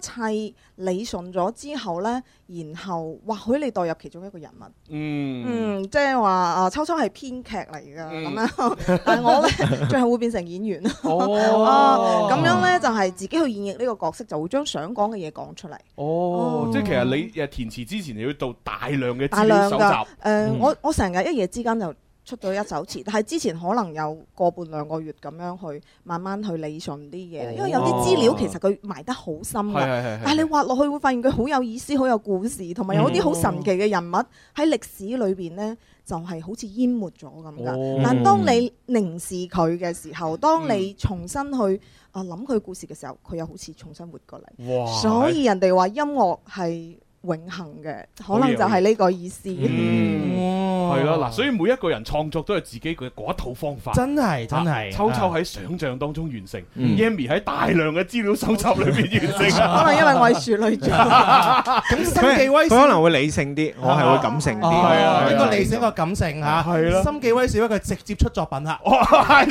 O: 切理順咗之後咧，然後或許你代入其中一個人物。
E: 嗯，
O: 嗯，即係話啊，秋秋係編劇嚟㗎，咁
E: 嗯
O: 樣， 但係我咧最後會變成演員
E: 哦
O: 啊，咁樣咧就係自己去演繹呢個角色，就會將想講嘅嘢講出嚟，
E: 哦，即係其實你誒填詞之前你要做大量嘅
O: 大
E: 資
O: 量
E: 料搜
O: 㗎
E: 集。。嗯
P: 嗯
O: 誒，我我成日一夜之間就出咗一首詞，但係之前可能有個半兩個月咁樣去慢慢去理順啲
E: 哦
O: 嘢，因為有啲資料其實佢埋得好深㗎，
C: 係係係係
O: 但係你挖落去會發現佢好有意思、好有故事，同埋有啲好神奇嘅人物喺歷史裏邊呢，就係好似淹沒咗咁
C: 哦
O: 㗎。但當你凝視佢嘅時
E: 嗯
O: 候，當你重新去啊諗佢故事嘅時候，佢又好似重新活過
E: 哇
O: 嚟。所以人哋話音樂係永恆嘅，可能就係呢個意思。
E: 嗯
O: 嗯
E: 係啦，嗱，所以每一個人創作都係自己嘅嗰一套方法，
F: 真係真係
E: 啊秋秋喺想像當中完成
F: 嗯
E: ，Yami 喺大量嘅資料搜集裏邊完 成。啊
O: 可能因為我係處女座，
F: 咁心記威
P: 佢
F: 少
P: 可能會理性啲，我係會感性
E: 哦
P: 啲。
F: 係
P: 係
F: 啊，一個
P: 係
F: 理性一個感性嚇，
P: 係咯
F: 心記威少一個直接出作品啦，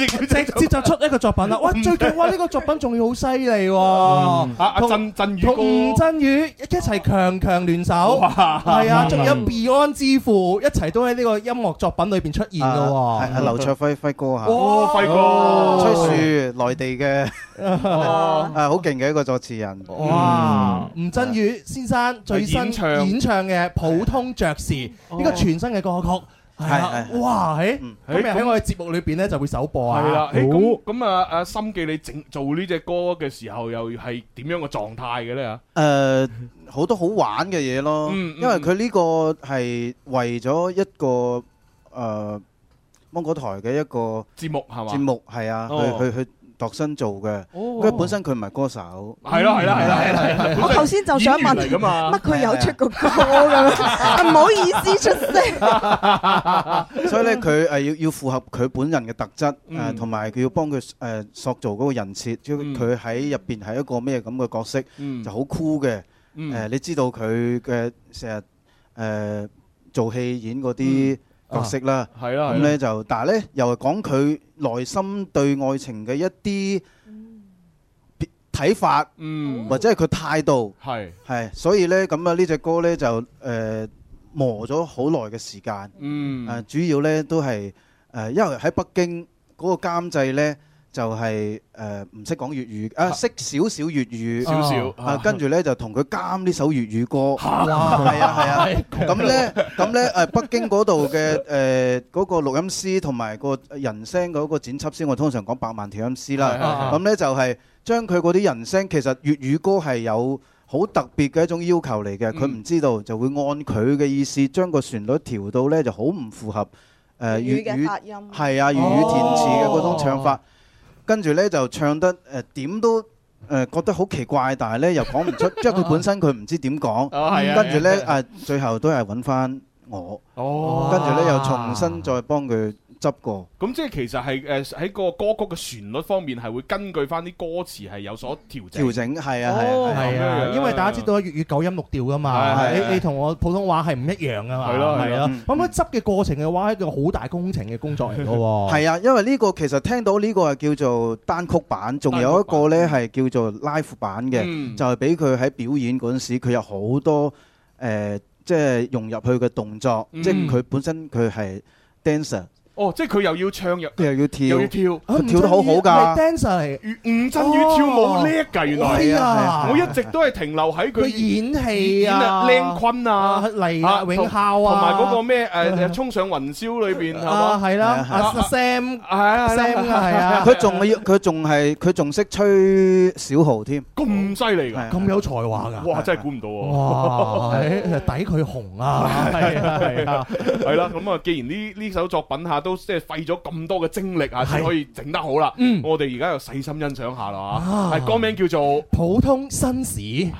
E: 直
F: 接就出一個作品啦。哇，嗯最近哇呢個作品仲要好犀利喎，
E: 阿
F: 同
E: 振啊振宇哥
F: 同吳振宇一齊強強聯手，
E: 哇嗯
F: 係啊，仲有 Beyond 之父一齊都喺呢個音樂作品裏邊出現嘅
M: 啊係啊
F: 喎。
M: 劉 卓輝輝哥嚇，
F: 哇輝哥
M: 崔樹內地嘅，
F: Ờ. 哦
E: 啊
M: 好勁嘅一個作詞人，
F: 哇！吳振宇先生最新
M: 演唱
F: 演唱嘅《普通爵士》呢個全新嘅歌曲，係啊
M: 係係
F: 哇！喺
E: 嗯
F: 今日
E: 誒咁
F: 喺我哋節目裏邊咧就會首播 啊。
E: 係啦，誒咁咁啊，阿心記你整做呢只歌嘅時候，又係點樣嘅狀態嘅咧啊嚇？
M: 嗯誒好多好玩嘅嘢咯，
E: 嗯
M: 因為佢呢個係為咗一個誒芒果台嘅一個
E: 節目係嘛
M: 節目係啊，
E: 哦
M: 去去去度身做嘅，
E: 哦
M: 佢本身佢唔係歌手，
E: 係啦係啦係啦係啦係啦本身
O: 我頭先就想
M: 演
O: 問，
M: 員嚟㗎嘛
O: 乜佢有出過歌咁啊樣？唔好意思出聲。
M: 所以咧，佢誒呃要要符合佢本人嘅特質，呃
E: 嗯
M: 誒同埋佢要幫佢誒塑造嗰個人設，即係佢喺入邊係一個咩咁嘅角色，
E: 嗯
M: 就好酷嘅。
E: 嗯
M: 誒，你知道佢嘅成日誒做戲演嗰啲角色啦，
E: 嗯啊係啦
M: 咁
E: 係啦
M: 咧就，但係咧又係講佢內心對愛情嘅一啲偏睇法，
E: 嗯，
M: 或者係佢態度，
E: 係
M: 係，所以咧咁啊呢只歌咧就誒磨咗好耐嘅時間，
E: 嗯
M: 誒主要咧都係誒因為喺北京嗰個監製咧。就係誒唔識講粵語，啊識少少粵語，
E: 少少
M: 啊跟住咧就同佢監呢首粵語歌，係
E: 哇
M: 啊係啊， 咁咧咁咧誒北京嗰度嘅誒嗰個錄音師同埋個人聲嗰個剪輯師，我通常講百萬調音師
E: 係係
M: 啦，
E: 係
M: 咁咧就係將佢嗰啲人聲，其實粵語歌係有。好特別嘅一種要求嚟嘅，佢
E: 嗯
M: 唔知道就會按佢嘅意思將個旋律調到咧就好唔符合誒
O: 粵
M: 粵
O: 語嘅
M: 語
O: 發音
M: 係啊粵語填詞嘅嗰種唱
E: 哦
M: 法，跟住咧就唱得誒點、都。誒、覺得好奇怪，但係咧又講唔 出，即係佢本身佢唔知點講，
E: 哦係啊
M: 跟住咧
E: 係啊
M: 誒最後都係揾翻我，
E: 哦
M: 跟住咧又重新再幫佢執過，
E: 咁即係其實係誒喺個歌曲嘅旋律方面係會根據翻啲歌詞係有所調整。
M: 調整係啊係
E: 哦
M: 啊
F: 係啊，因為大家知道粵語九音六調噶嘛，
M: 係係
F: 你
M: 係
F: 你同我普通話係唔一樣噶嘛，
M: 係咯係
F: 係
M: 咯
F: 咯
M: 嗯。
F: 咁樣執嘅過程嘅話，係一個好大工程嘅工作嚟嘅喎。
M: 係啊，因為呢個其實聽到呢個係叫做單曲版，仲有一個呢係叫做 live 版嘅，
F: 嗯
M: 就係俾佢喺表演嗰陣時，佢有好多誒、呃即係融入佢嘅動作，
E: 嗯
M: 即係佢本身佢係 dancer，
E: 哦，即係佢又要唱又
M: 佢又要跳，
E: 又要跳啊
M: 佢跳得好好㗎。
F: dancer 嚟，
E: 吳振宇跳舞好叻㗎，原來
F: 哦係啊
E: 我一直都係停留喺佢
F: 佢演戲啊
E: 演靚坤啊、
F: 黎啊
E: 同
F: 永孝啊
E: 同埋嗰個咩誒誒衝上雲霄裏邊係
F: 啊
E: 嘛？
F: 係啦，阿
E: 啊
F: 阿 Sam
E: 啊
F: Sam 啊係啊，
M: 佢仲要，佢仲係，佢仲識吹小號添，
E: 咁犀利㗎，
F: 咁啊有才 華㗎，
E: 哇！真係估唔到喎。
F: 哇，係抵佢紅啊，係啊係 啊。
E: 系啦，咁啊，既然呢呢首作品吓都即係費咗咁多嘅精力啊，先可以整得好啦。我哋而家又細心欣賞下啦
F: 嗯啊
E: 吓，係歌名叫做《
F: 普通紳士，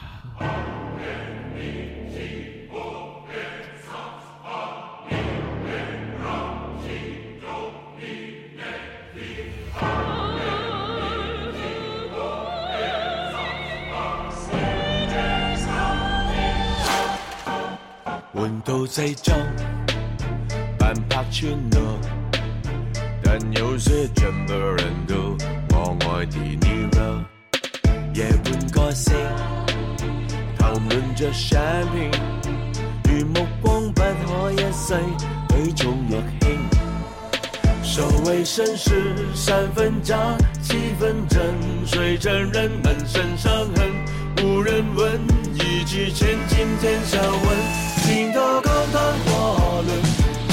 S: 換到西裝，扮白穿了，但有些怎麼人都我愛的你了。夜半歌星，談論着產品，如目光不可一世，舉重若輕。所謂绅士，三分假，七分真，隨着人們身上痕，無人問，一掷千金天下闻。听到高谈阔论，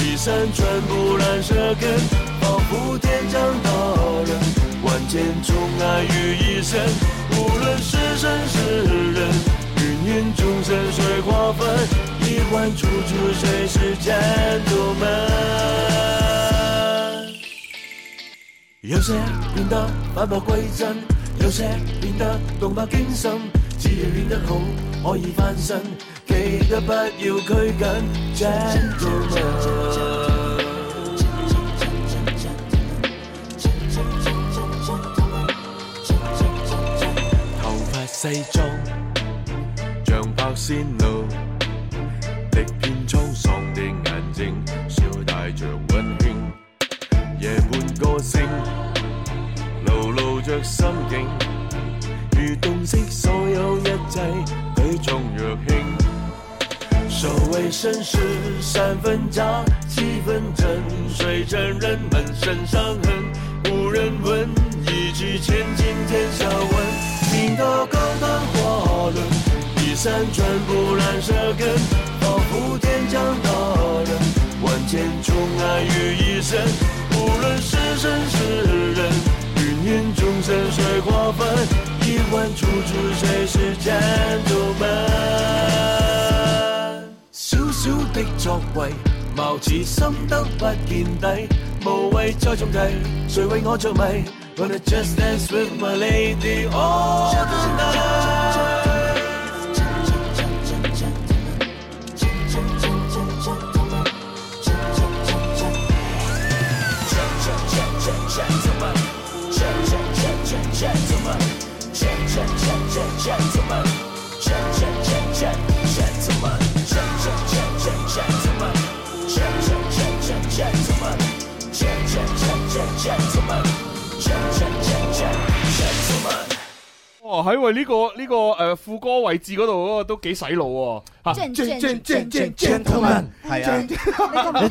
S: 衣衫全部染舌根，仿佛天降刀刃，万千宠爱于一身。无论是神是人，芸芸众生谁瓜分？一换处处谁是监督们？有些變得返璞歸真，有些變得動魄驚心。只要練得好，可以翻身。記得不要拘謹，gentlemen。頭髮西裝，像拍線路，力片滄桑的眼睛，笑帶着温馨。夜半歌聲，流露着心境，如洞悉所有一切，舉重若輕。所謂绅士，三分假，七分真，隨着人們身上痕，無人問，一擲千金天下闻。聽到高談阔論，衣衫全部染舌根，仿佛天降刀刃，萬千寵愛於一身。無論是神是人，芸芸眾生誰瓜分？一碗處處誰是監督們？小小的作為，貌似深得不見底，無謂再重提，誰為我着迷？Wanna just dance with my lady all night。
E: 哇！喺喂呢個呢個誒副歌位置嗰度嗰個都幾洗腦喎嚇
F: gentlemen
E: 係啊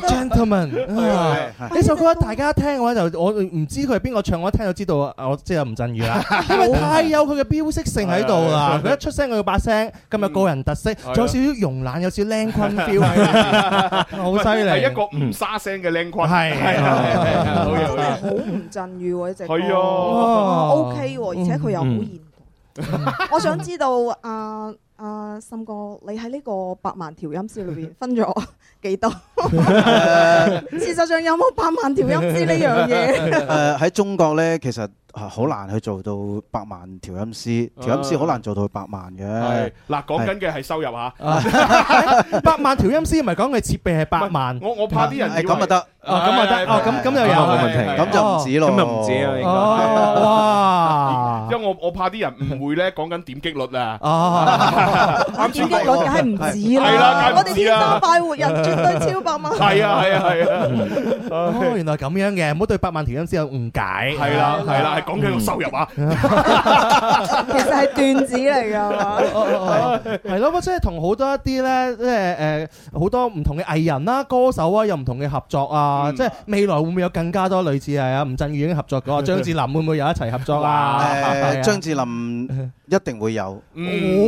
F: gentlemen 啊
E: 係係
F: 呢首歌大家聽嘅話就我唔知佢係邊個唱，我一聽就知道啊，我知係 吳鎮宇啦，因為太有佢嘅標識性喺度
E: 係
F: 啦，
E: 係係
F: 佢一出聲佢把聲咁有個人特色，
E: 係啊
F: 仲有少少慵懶，有少少靚坤 feel，好 犀利，
E: 啊係一個唔沙聲嘅靚坤，
F: 係
E: 係啊係啊係啊好嘢好嘢。
O: 好吳鎮宇喎呢只歌
E: 係啊
O: ，OK 喎，而且佢又好
E: 嗯
O: 現代。我想知道啊啊森哥，你喺呢個百萬調音師裏邊分咗幾多？事實上有冇百萬調音師呢樣 嘢？
M: 誒喺中國咧，其實啊好難去做到百萬調音師，調音師好難做到百萬嘅。
E: 係嗱，講緊
M: 係
E: 嘅係收入啊嚇。
F: 啊百萬調音師唔係講佢設備係百萬，
E: 我我怕啲人
M: 誒咁啊得，
F: 哦咁啊得，哦咁咁又有，
M: 冇問題，咁就唔止咯，
P: 咁就唔止啦應該
F: 哦哇！
E: 啊因為我我怕啲人誤會咧，講緊點擊率啊！
F: 哦
O: 點擊率梗係唔止
E: 係啦
O: 啦，
E: 梗係
O: 我哋
E: 唔止啦
O: 天生快活人絕對超百萬。
E: 係啊係啊係啊！
F: 哦，原來咁樣嘅，唔好對百萬條音先有誤解。
E: 係啦係啦，係講緊個收入 啊！
O: 其實係段子嚟㗎嘛。
F: 係咯，即係同好多一啲咧，即係誒好多唔同嘅藝人啦、歌手啊，有唔同嘅合作啊。
E: 嗯
F: 即係未來會唔會有更加多類似係啊？吳鎮宇已經合作
E: 嗯
F: 過，張智霖會唔會有一齊合作啊？係啊
M: 誒張智霖一定會有，
F: 嗯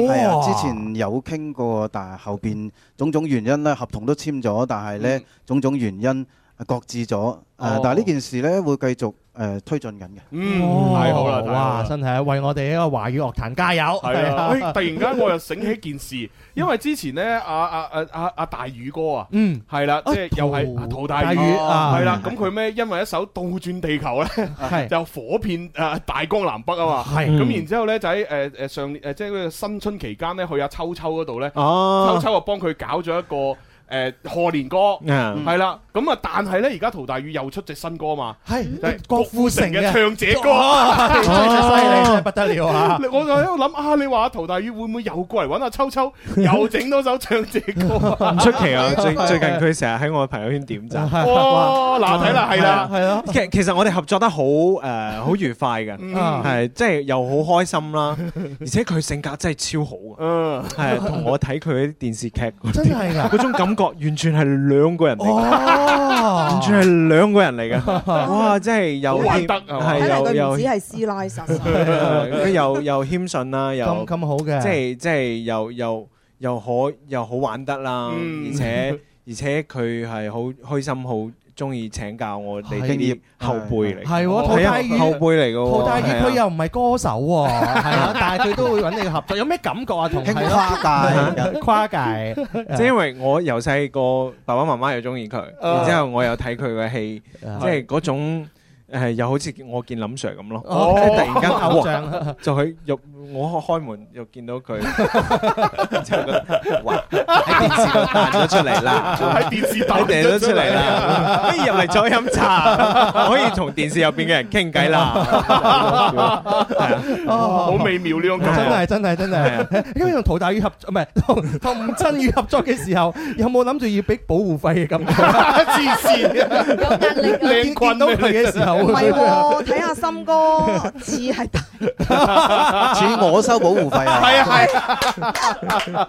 M: 係啊，
F: 哦
M: 之前有傾過，但係後邊種種原因咧，合同都簽咗，但係咧種種原因擱置咗。誒，但係呢件事咧會繼續誒推進緊嘅。
E: 嗯
M: 太好啦太好啦
F: 哇！真係啊為我哋呢個華語樂壇加油！
E: 係啊！喂，突然間我又醒起件事，因為之前咧，阿阿阿阿阿大宇哥啊，
F: 嗯，
E: 係啦，即係又係啊陶大
F: 大
E: 宇
F: 宇啊
E: 係啦，咁佢咩？因為一首《倒轉地球》咧，
F: 係
E: 就火遍誒大江南北啊嘛，
F: 係
E: 咁
F: 嗯
E: 然之後咧就喺誒誒上誒即係嗰個新春期間咧，去阿秋秋嗰度咧，
P: 哦
E: 秋秋啊幫佢搞咗一個。誒賀年歌
P: 嗯
E: 係啦，咁啊，但係咧，而家陶大宇又出隻新歌嘛，
F: 係
E: 就係
F: 郭富城
E: 嘅
F: 嘅
E: 唱者歌，
F: 哦真係犀利真係不得了啊
E: 我就喺度諗啊，你話陶大宇會唔會又過嚟揾阿秋秋，又整多首唱者歌哦啊？
P: 唔出奇 啊！最最近 佢成日喺我嘅朋友圈點贊。
E: 哦嗱睇啦係啦
F: 係咯。
P: 啊其其實我哋合作得好誒，好愉快嘅，
E: 嗯
P: 係即係又好開心 啦。而且佢性格真係超好嘅，
E: 嗯，
P: 係同我睇佢啲電視劇嗰啲
F: 真係㗎
P: 嗰種感覺，完全係兩個人嚟嘅，
F: 哦
P: 完，全係兩個人嚟嘅。哇！真係又謙
E: 好難得係嘛
O: 睇
P: 係
O: 嚟
P: 又
O: 佢唔
P: 又
O: 止係師奶實
F: 啊
P: 佢又又謙遜啦，又
F: 咁咁好嘅
P: 即係即係又又又可又好玩得啦，
F: 嗯
P: 而且而且佢係好開心，好中意請教我哋呢
M: 經
P: 啲
M: 驗
P: 後輩嚟，
F: 係喎，陶
P: 係啊
F: 大宇
P: 後輩嚟嘅喎，
F: 陶大宇
P: 係啊
F: 佢又唔係歌手喎，係 啊，但係佢都會揾你合作，有咩感覺啊？同
M: 興
F: 係咯
M: 跨界
F: 跨界，
P: 即係因為我由細個爸爸媽媽又中意佢，
F: 啊
P: 然之後我又睇佢嘅戲，
F: 啊
P: 即係嗰種誒又好似我見林 Sir 咁咯，
F: 哦
P: 即係突然間
F: 偶像
P: 哇就喺入我開門又見到 佢，之後覺得哇喺電視度彈咗出嚟啦，
E: 喺電視彈
P: 彈咗出嚟 啦，可以入嚟再飲茶，可以同電視入邊嘅人傾偈啦，
E: 好美妙呢種
F: 真
E: 感覺。
F: 係真係真
P: 啊
F: 係，因為同陶大宇合作，唔係同同吳鎮宇合作嘅時候，有冇諗住要俾保護費嘅感覺？
E: 黐線，有
F: 壓力啊
E: 靚棍
F: 見到佢嘅時候
O: 唔係喎，睇下森哥似係大
M: 似我收保護費啊！
E: 係啊 係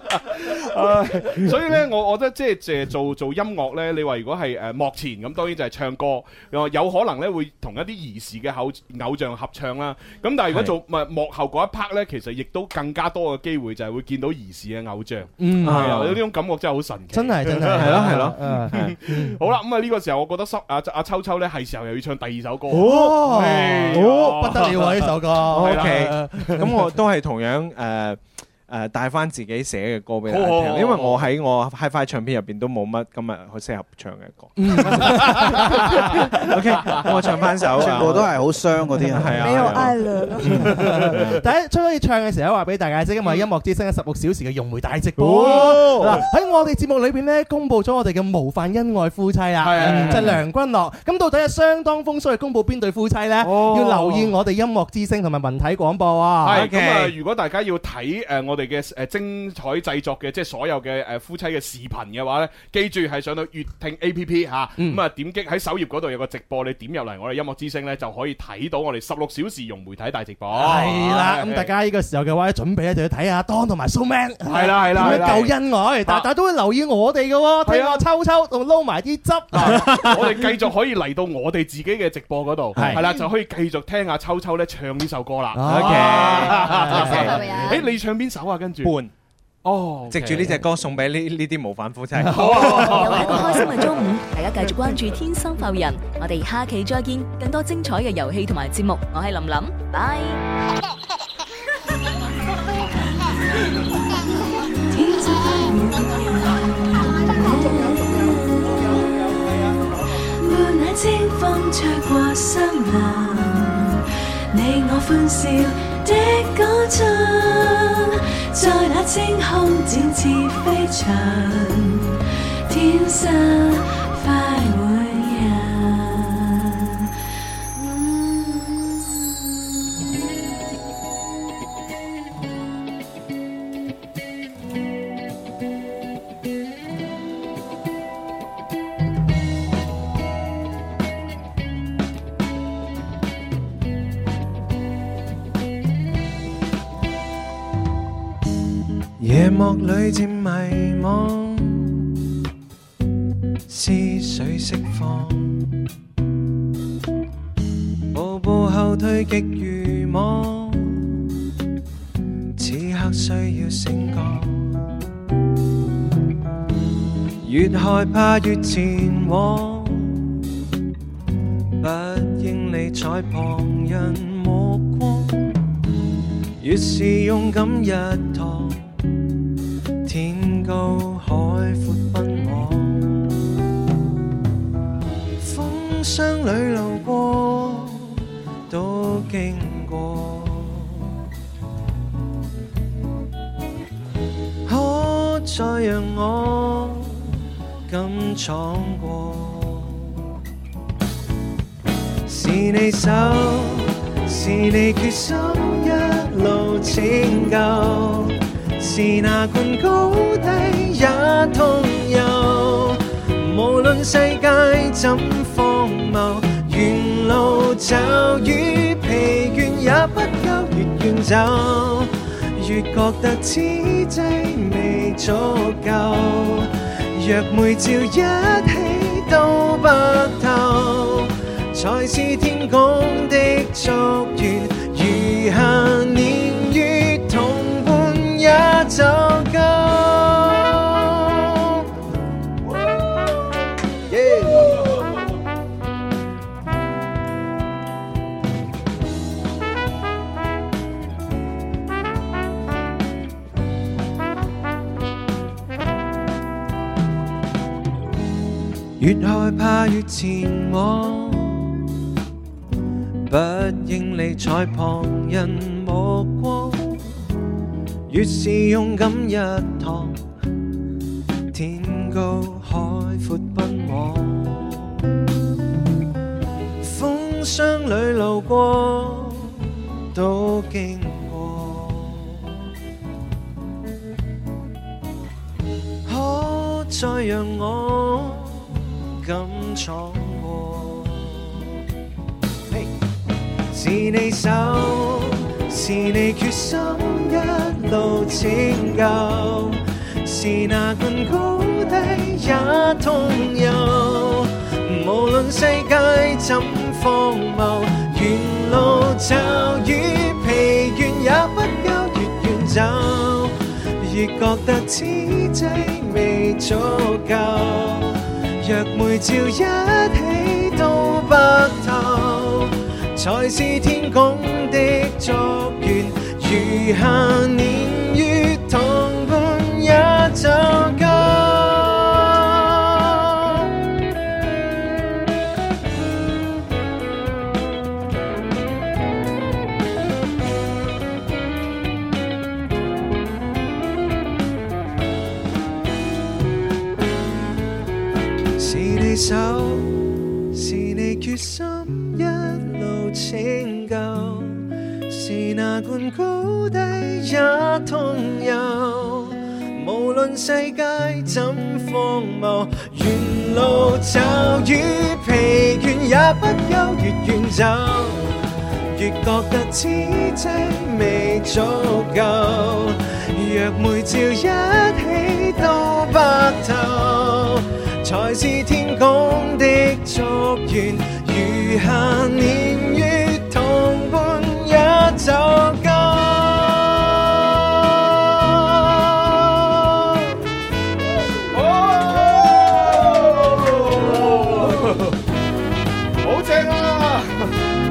E: 啊，所以咧，我我覺得即係即係做做音樂咧，你話如果係誒幕前咁，當然就係唱歌，又有可能咧會同一啲兒時嘅偶偶像合唱啦。咁但係如果做唔係幕後嗰一 part 咧，其實亦都更加多嘅機會就係會見到兒時嘅偶像。
F: 嗯
E: 係啊，呢種感覺真係好神奇。
F: 真係真係
P: 係咯係 咯
F: 嗯
E: 好啦，咁啊呢個時候，我覺得濕阿阿秋秋咧係時候又要唱第二首歌。
F: 哦
E: 哎呀
F: 哦不得了啊呢首歌
P: O
F: 係啦
P: K，咁我都係同樣誒誒帶翻自己寫嘅歌俾大家
E: 好好好
P: 聽，因為我喺我 HiFi 唱片入邊都冇乜今日好適合唱嘅歌。O K，我唱翻首，
M: 全部都係好傷嗰啲啊！
P: 係
O: 比較
P: 啊，
O: 哀涼咯。
F: 第一出可以唱嘅時候，話俾大家知，因為音樂之星嘅十六小時嘅融媒大直播
P: 哦
F: 嗱喺我哋節目裏邊咧，公佈咗我哋嘅模範恩愛夫妻
E: 係係
F: 啦，
E: 係
F: 就係梁君樂。咁到底係相當風騷去公佈邊對夫妻咧？要留意我哋音樂之星同埋文體廣播啊！
E: 係咁啊！如果大家要睇誒我我哋嘅誒精彩製作嘅，即係所有嘅誒夫妻嘅視頻嘅話咧，記住係上到粵聽 A P P 嚇，
F: 嗯
E: 咁啊點擊喺首頁嗰度有個直播，你點入嚟我哋音樂之聲咧就可以睇到我哋十六小時融媒體大直播。
F: 係啦，咁大家呢個時候嘅話咧，準備咧就要睇下 Don 同埋 So Man，
E: 係啦係啦
F: 點樣
E: 係啦
F: 救恩愛，但大家都會留意我哋嘅喎，聽我秋秋同撈埋啲汁。
E: 我哋繼續可以嚟到我哋自己嘅直播嗰度，
F: 係
E: 係啦，就可以繼續聽阿秋秋咧唱呢首歌啦。啊
P: OK
E: 哦 誒你唱邊首啊？跟住
P: 伴
E: 哦，
P: 藉住呢隻歌送俾呢呢啲模範夫妻。
T: 又係一個開心嘅中午，大家繼續關注《天生浮人》，我哋下期再見，更多精彩嘅遊戲同埋節目，我係林琳，拜。
L: 伴那清風吹過森林，你我歡笑的歌唱，在那青空展翅飛翔，天生快活人。嗯
R: 夜幕里漸迷惘，思緒釋放，步步後退極愚妄，此刻需要醒覺，越害怕越前往，不應理睬旁人目光，越是勇敢一趟。天高海闊奔往，風霜裏路過，都經過。可再讓我敢闖過？是你手，是你決心一路拯救。是那冠高低也通有。無論世界怎荒謬，沿路走與疲倦也不夠，越遠走越覺得此際未足夠。若每朝一起都不透，才是天公的祝願。餘下年月同伴也就夠。越害怕越前往，不應理睬旁人目光，越是勇敢一趟，天高海闊奔往。風霜裏路過，都經過，可再讓我敢闖過。是你手，是你決心一路拯救，是那冠高低也通有。無論世界怎荒謬，沿路驟雨疲倦也不休，越遠走越覺得此際未足夠。若每朝一起都不透，才是天公的祝願。餘下年月同伴也就夠。是你手，是你決心一路拯救，是那管高低也通有。無論世界怎荒謬，沿路驟雨疲倦也不休，越遠走越覺得此際未足夠。若每朝一起到白頭，才是天公的祝願。餘下年月同伴也走哦
E: 哦
R: 夠。
E: 好正啊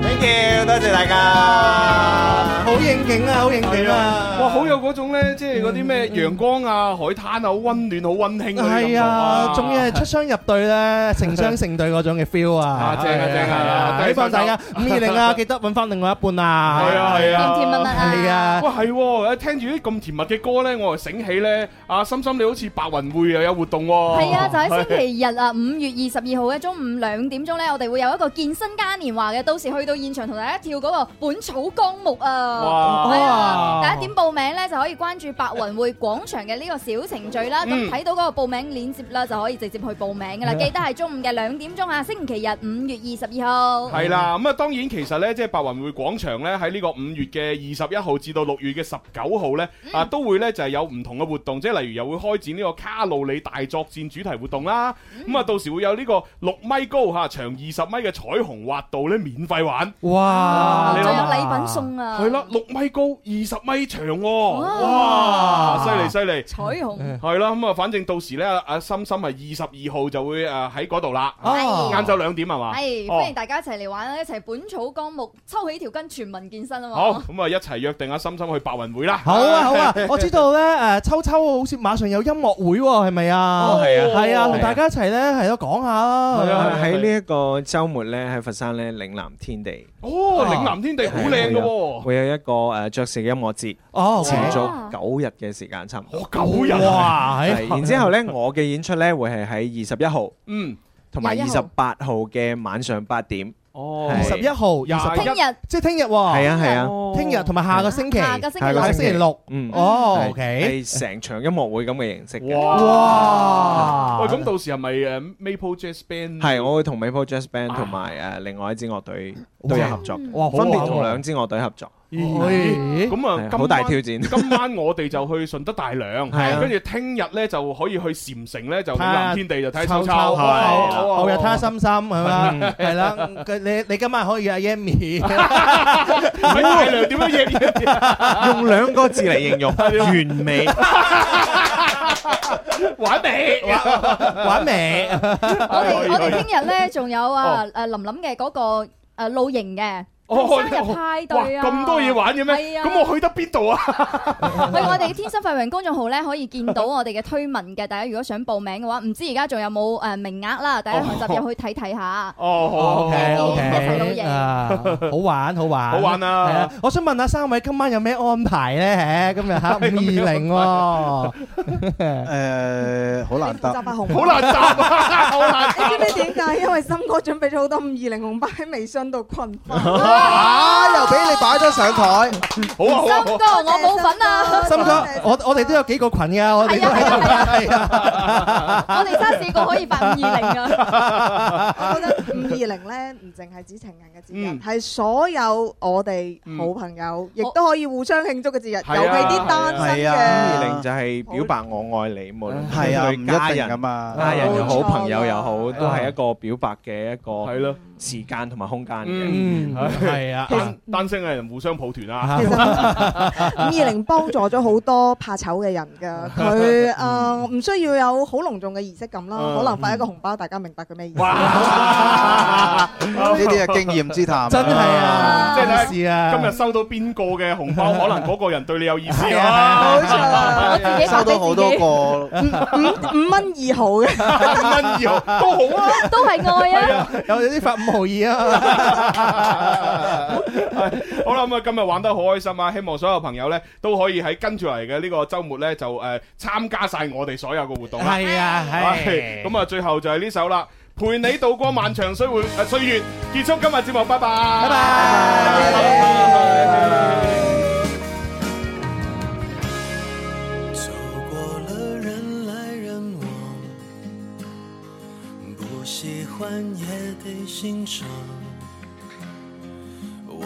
P: ！Thank you，多謝大家。
F: 好應景啊，好應景啊！
E: 哇，好有嗰種咧，即係嗰啲咩陽光啊、海灘啊，好温暖、好温馨嗰啲感覺。
P: Ờ,
F: 係啊，仲要係出雙入對咧，成雙成對嗰種嘅 feel
P: Ờ,
F: à. Ờ, 啊！
E: 啊正啊正啊
F: 係
E: 第一
F: 希望大家五二零啊，記得揾翻另外一半啊！
E: 係啊係啊，
F: 係啊！
E: 哇係喎，聽住啲咁甜蜜嘅歌咧，我又醒起咧，阿心心你好似白雲匯又有活動喎。
G: 係啊，就喺星期日啊，五月二十二號嘅中午兩點鐘咧，我哋會有一個健身嘉年華嘅，到時去到現場同大家跳嗰個《本草綱目》啊，
C: 哇
G: 係啊，大家點報名咧就可以關注白雲匯廣場嘅呢個小程序啦，咁
C: 嗯
G: 睇到嗰個報名鏈接啦，就可以直接去報名噶啦，
E: 係啊
G: 記得係中午嘅兩點鐘啊，星期日五月二十二號。
E: 係啦，咁啊當然其實咧，即係白雲匯廣場咧，喺呢個五月嘅二十一號至到六月嘅十九號咧，
G: 嗯
E: 啊都會咧就係有唔同嘅活動，即係例如又會開展呢個卡路里大作戰主題活動啦。
G: 嗯
E: 咁啊到時會有呢個六米高嚇、長二十米嘅彩虹滑道咧免費玩。
F: 哇
E: 你
G: 啊
E: 諗
G: 仲有
E: 下
G: 禮品送啊！
E: 係啦，六米高，二十米長喎，
G: 哇
E: 哇！犀利犀利，
G: 彩虹
E: 係啦，咁啊，反正到時咧，阿心心係啊二十二號就會誒喺嗰度啦，
G: 係
E: 晏晝兩點係嘛？
G: 系，
E: 哦
G: 歡迎大家一齊嚟玩啊啦，一齊本草綱目，抽起條筋，全民健身啊嘛！
E: 好，咁啊一齊約定阿心心去白雲會啦。
F: 好啊好啊！我知道咧，誒秋秋好似馬上有音樂會喎，係咪啊？
P: 哦係啊
F: 係啊，
P: 係啊
F: 同大家一齊咧，係咯講下啦。
P: 係啊喺呢一個週末咧，喺佛山咧，嶺南天地。
E: 哦，嶺南天地好靚嘅喎。
P: 會有一個誒爵士嘅音樂節，
F: 哦
P: 持續九日嘅時間差唔多。
E: 九日
F: 哇
P: 係
F: 係
P: 然之後咧，我嘅演出咧會係喺二十一號，
E: 嗯，
P: 同埋二
F: 21
P: 十八號嘅晚上八點。
E: 哦
F: 二十一號，二十
P: 聽
G: 日，
F: 即係聽日喎。
P: 係啊係啊
F: 聽日同埋下個星期，
G: 下個星期
F: 下個星期六。
P: 嗯，
F: 哦
P: 係
F: OK
P: 係成場音樂會咁嘅形式嘅。
F: 哇
E: 喂，咁到時係咪誒 Maple Jazz Band？
P: 係，我會同 Maple Jazz Band 同埋誒另外一支樂隊都有合作嘅，
E: 哇好啊
P: 分別
E: 好
P: 同
E: 啊
P: 兩支樂隊合作。
E: 咦咁啊
P: 係，
E: 今
P: 好大
E: 晚
P: 挑戰
E: 今晚我哋就去順德大良，
P: 係啊
E: 跟住聽日咧就可以去禪城咧，就
F: 睇
E: 嶺
F: 下
E: 南天地就睇
F: 秋
E: 秋秋，
F: 秋好啊
E: 好啊
F: 後日睇下心心係嘛
E: 嗯，
F: 係啦。佢你你今晚可以約阿 Yami，
E: 唔係大 良點樣嘢？
P: 用兩個字嚟 形容完美。
E: 玩味，
F: 玩味。
G: 我哋我
F: 我
G: 哋聽日咧仲有啊誒林林嘅嗰個誒露營嘅。
E: 哦
G: 生日派對啊！
E: 哇咁多嘢玩嘅咩
G: 係啊
E: 咁我去得邊度啊？
G: 喂，我哋天生發揚公眾號咧可以見 到我哋嘅推文嘅，大家如果想報名嘅話，唔知而家仲有冇誒名額啦？大家可以入入去睇睇下。
E: 哦，好啊
F: OK
G: 一齊露
F: OK
G: 營
F: 啊，好玩好玩，
E: 好玩啊
F: 係啊！我想問下三位今晚有咩安排咧？嚇，今日嚇五二零喎，
M: 誒呃好難答，
O: 好
E: 難答 啊！好難
O: 答。你知唔知點解？因為森哥準備咗好多五二零紅包喺微信度群發。
M: 啊！又俾你擺咗上台，
E: 好
O: 啊好啊好啊森哥
G: 我冇份啊！
F: 森哥，我我哋都有幾個群㗎，我哋都喺度係啊。
G: 我哋三四個可以發五二零啊！
E: 嗯
O: 我覺得五二零咧唔淨係指情人嘅節日，係所有我哋
E: 嗯
O: 好朋友，亦都可以互相慶祝嘅節日，
E: 啊
P: 啊
O: 尤其啲單身
P: 五二
O: 嘅。
P: 零就係表白我愛你，無論
M: 係啊
P: 對家
M: 唔一定
P: 人
M: 㗎嘛
P: 家人又好，
M: 冇錯
P: 朋友又好，
M: 啊
P: 都係一個表白嘅一個係
E: 咯
P: 時間同埋空間
E: 嗯
P: 嘅。
F: 係啊
E: 單單身嘅人互相抱團啊。
O: 五二零幫助咗好多怕醜嘅人 㗎，佢誒唔需要有好隆重嘅儀式感啦，
E: 嗯
O: 可能發一個紅包，大家明白佢咩意思。
M: 呢啲係經驗之談，
F: 真係啊
E: 即係
F: 真
E: 睇
F: 係
E: 下
F: 啊
E: 今日收到邊個嘅紅包，可能嗰個人對你有意思
M: 係啊係
E: 啊。
M: 啊冇錯收到好多個
O: 五五蚊二毫嘅，
E: 五 蚊二毫都好啊，
G: 都係愛啊！
F: 有有啲發五毫二
E: 好啦，咁啊，今日玩得好開心啊！希望所有朋友咧都可以喺跟住嚟嘅呢個週末咧就誒參加晒我哋所有嘅活動啦。
F: 係啊係
E: 係咁啊，最後就係呢首啦，陪你度過漫長歲會誒歲月，結束今日節目，拜拜，拜拜。
F: 啊！
D: 谁欣赏？我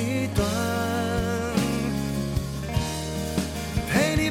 D: 一段。陪你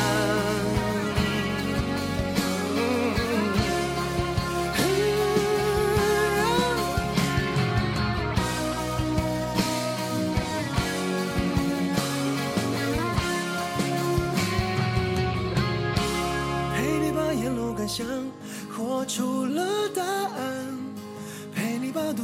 D: 陪你把沿路感想活出了答案，陪你把独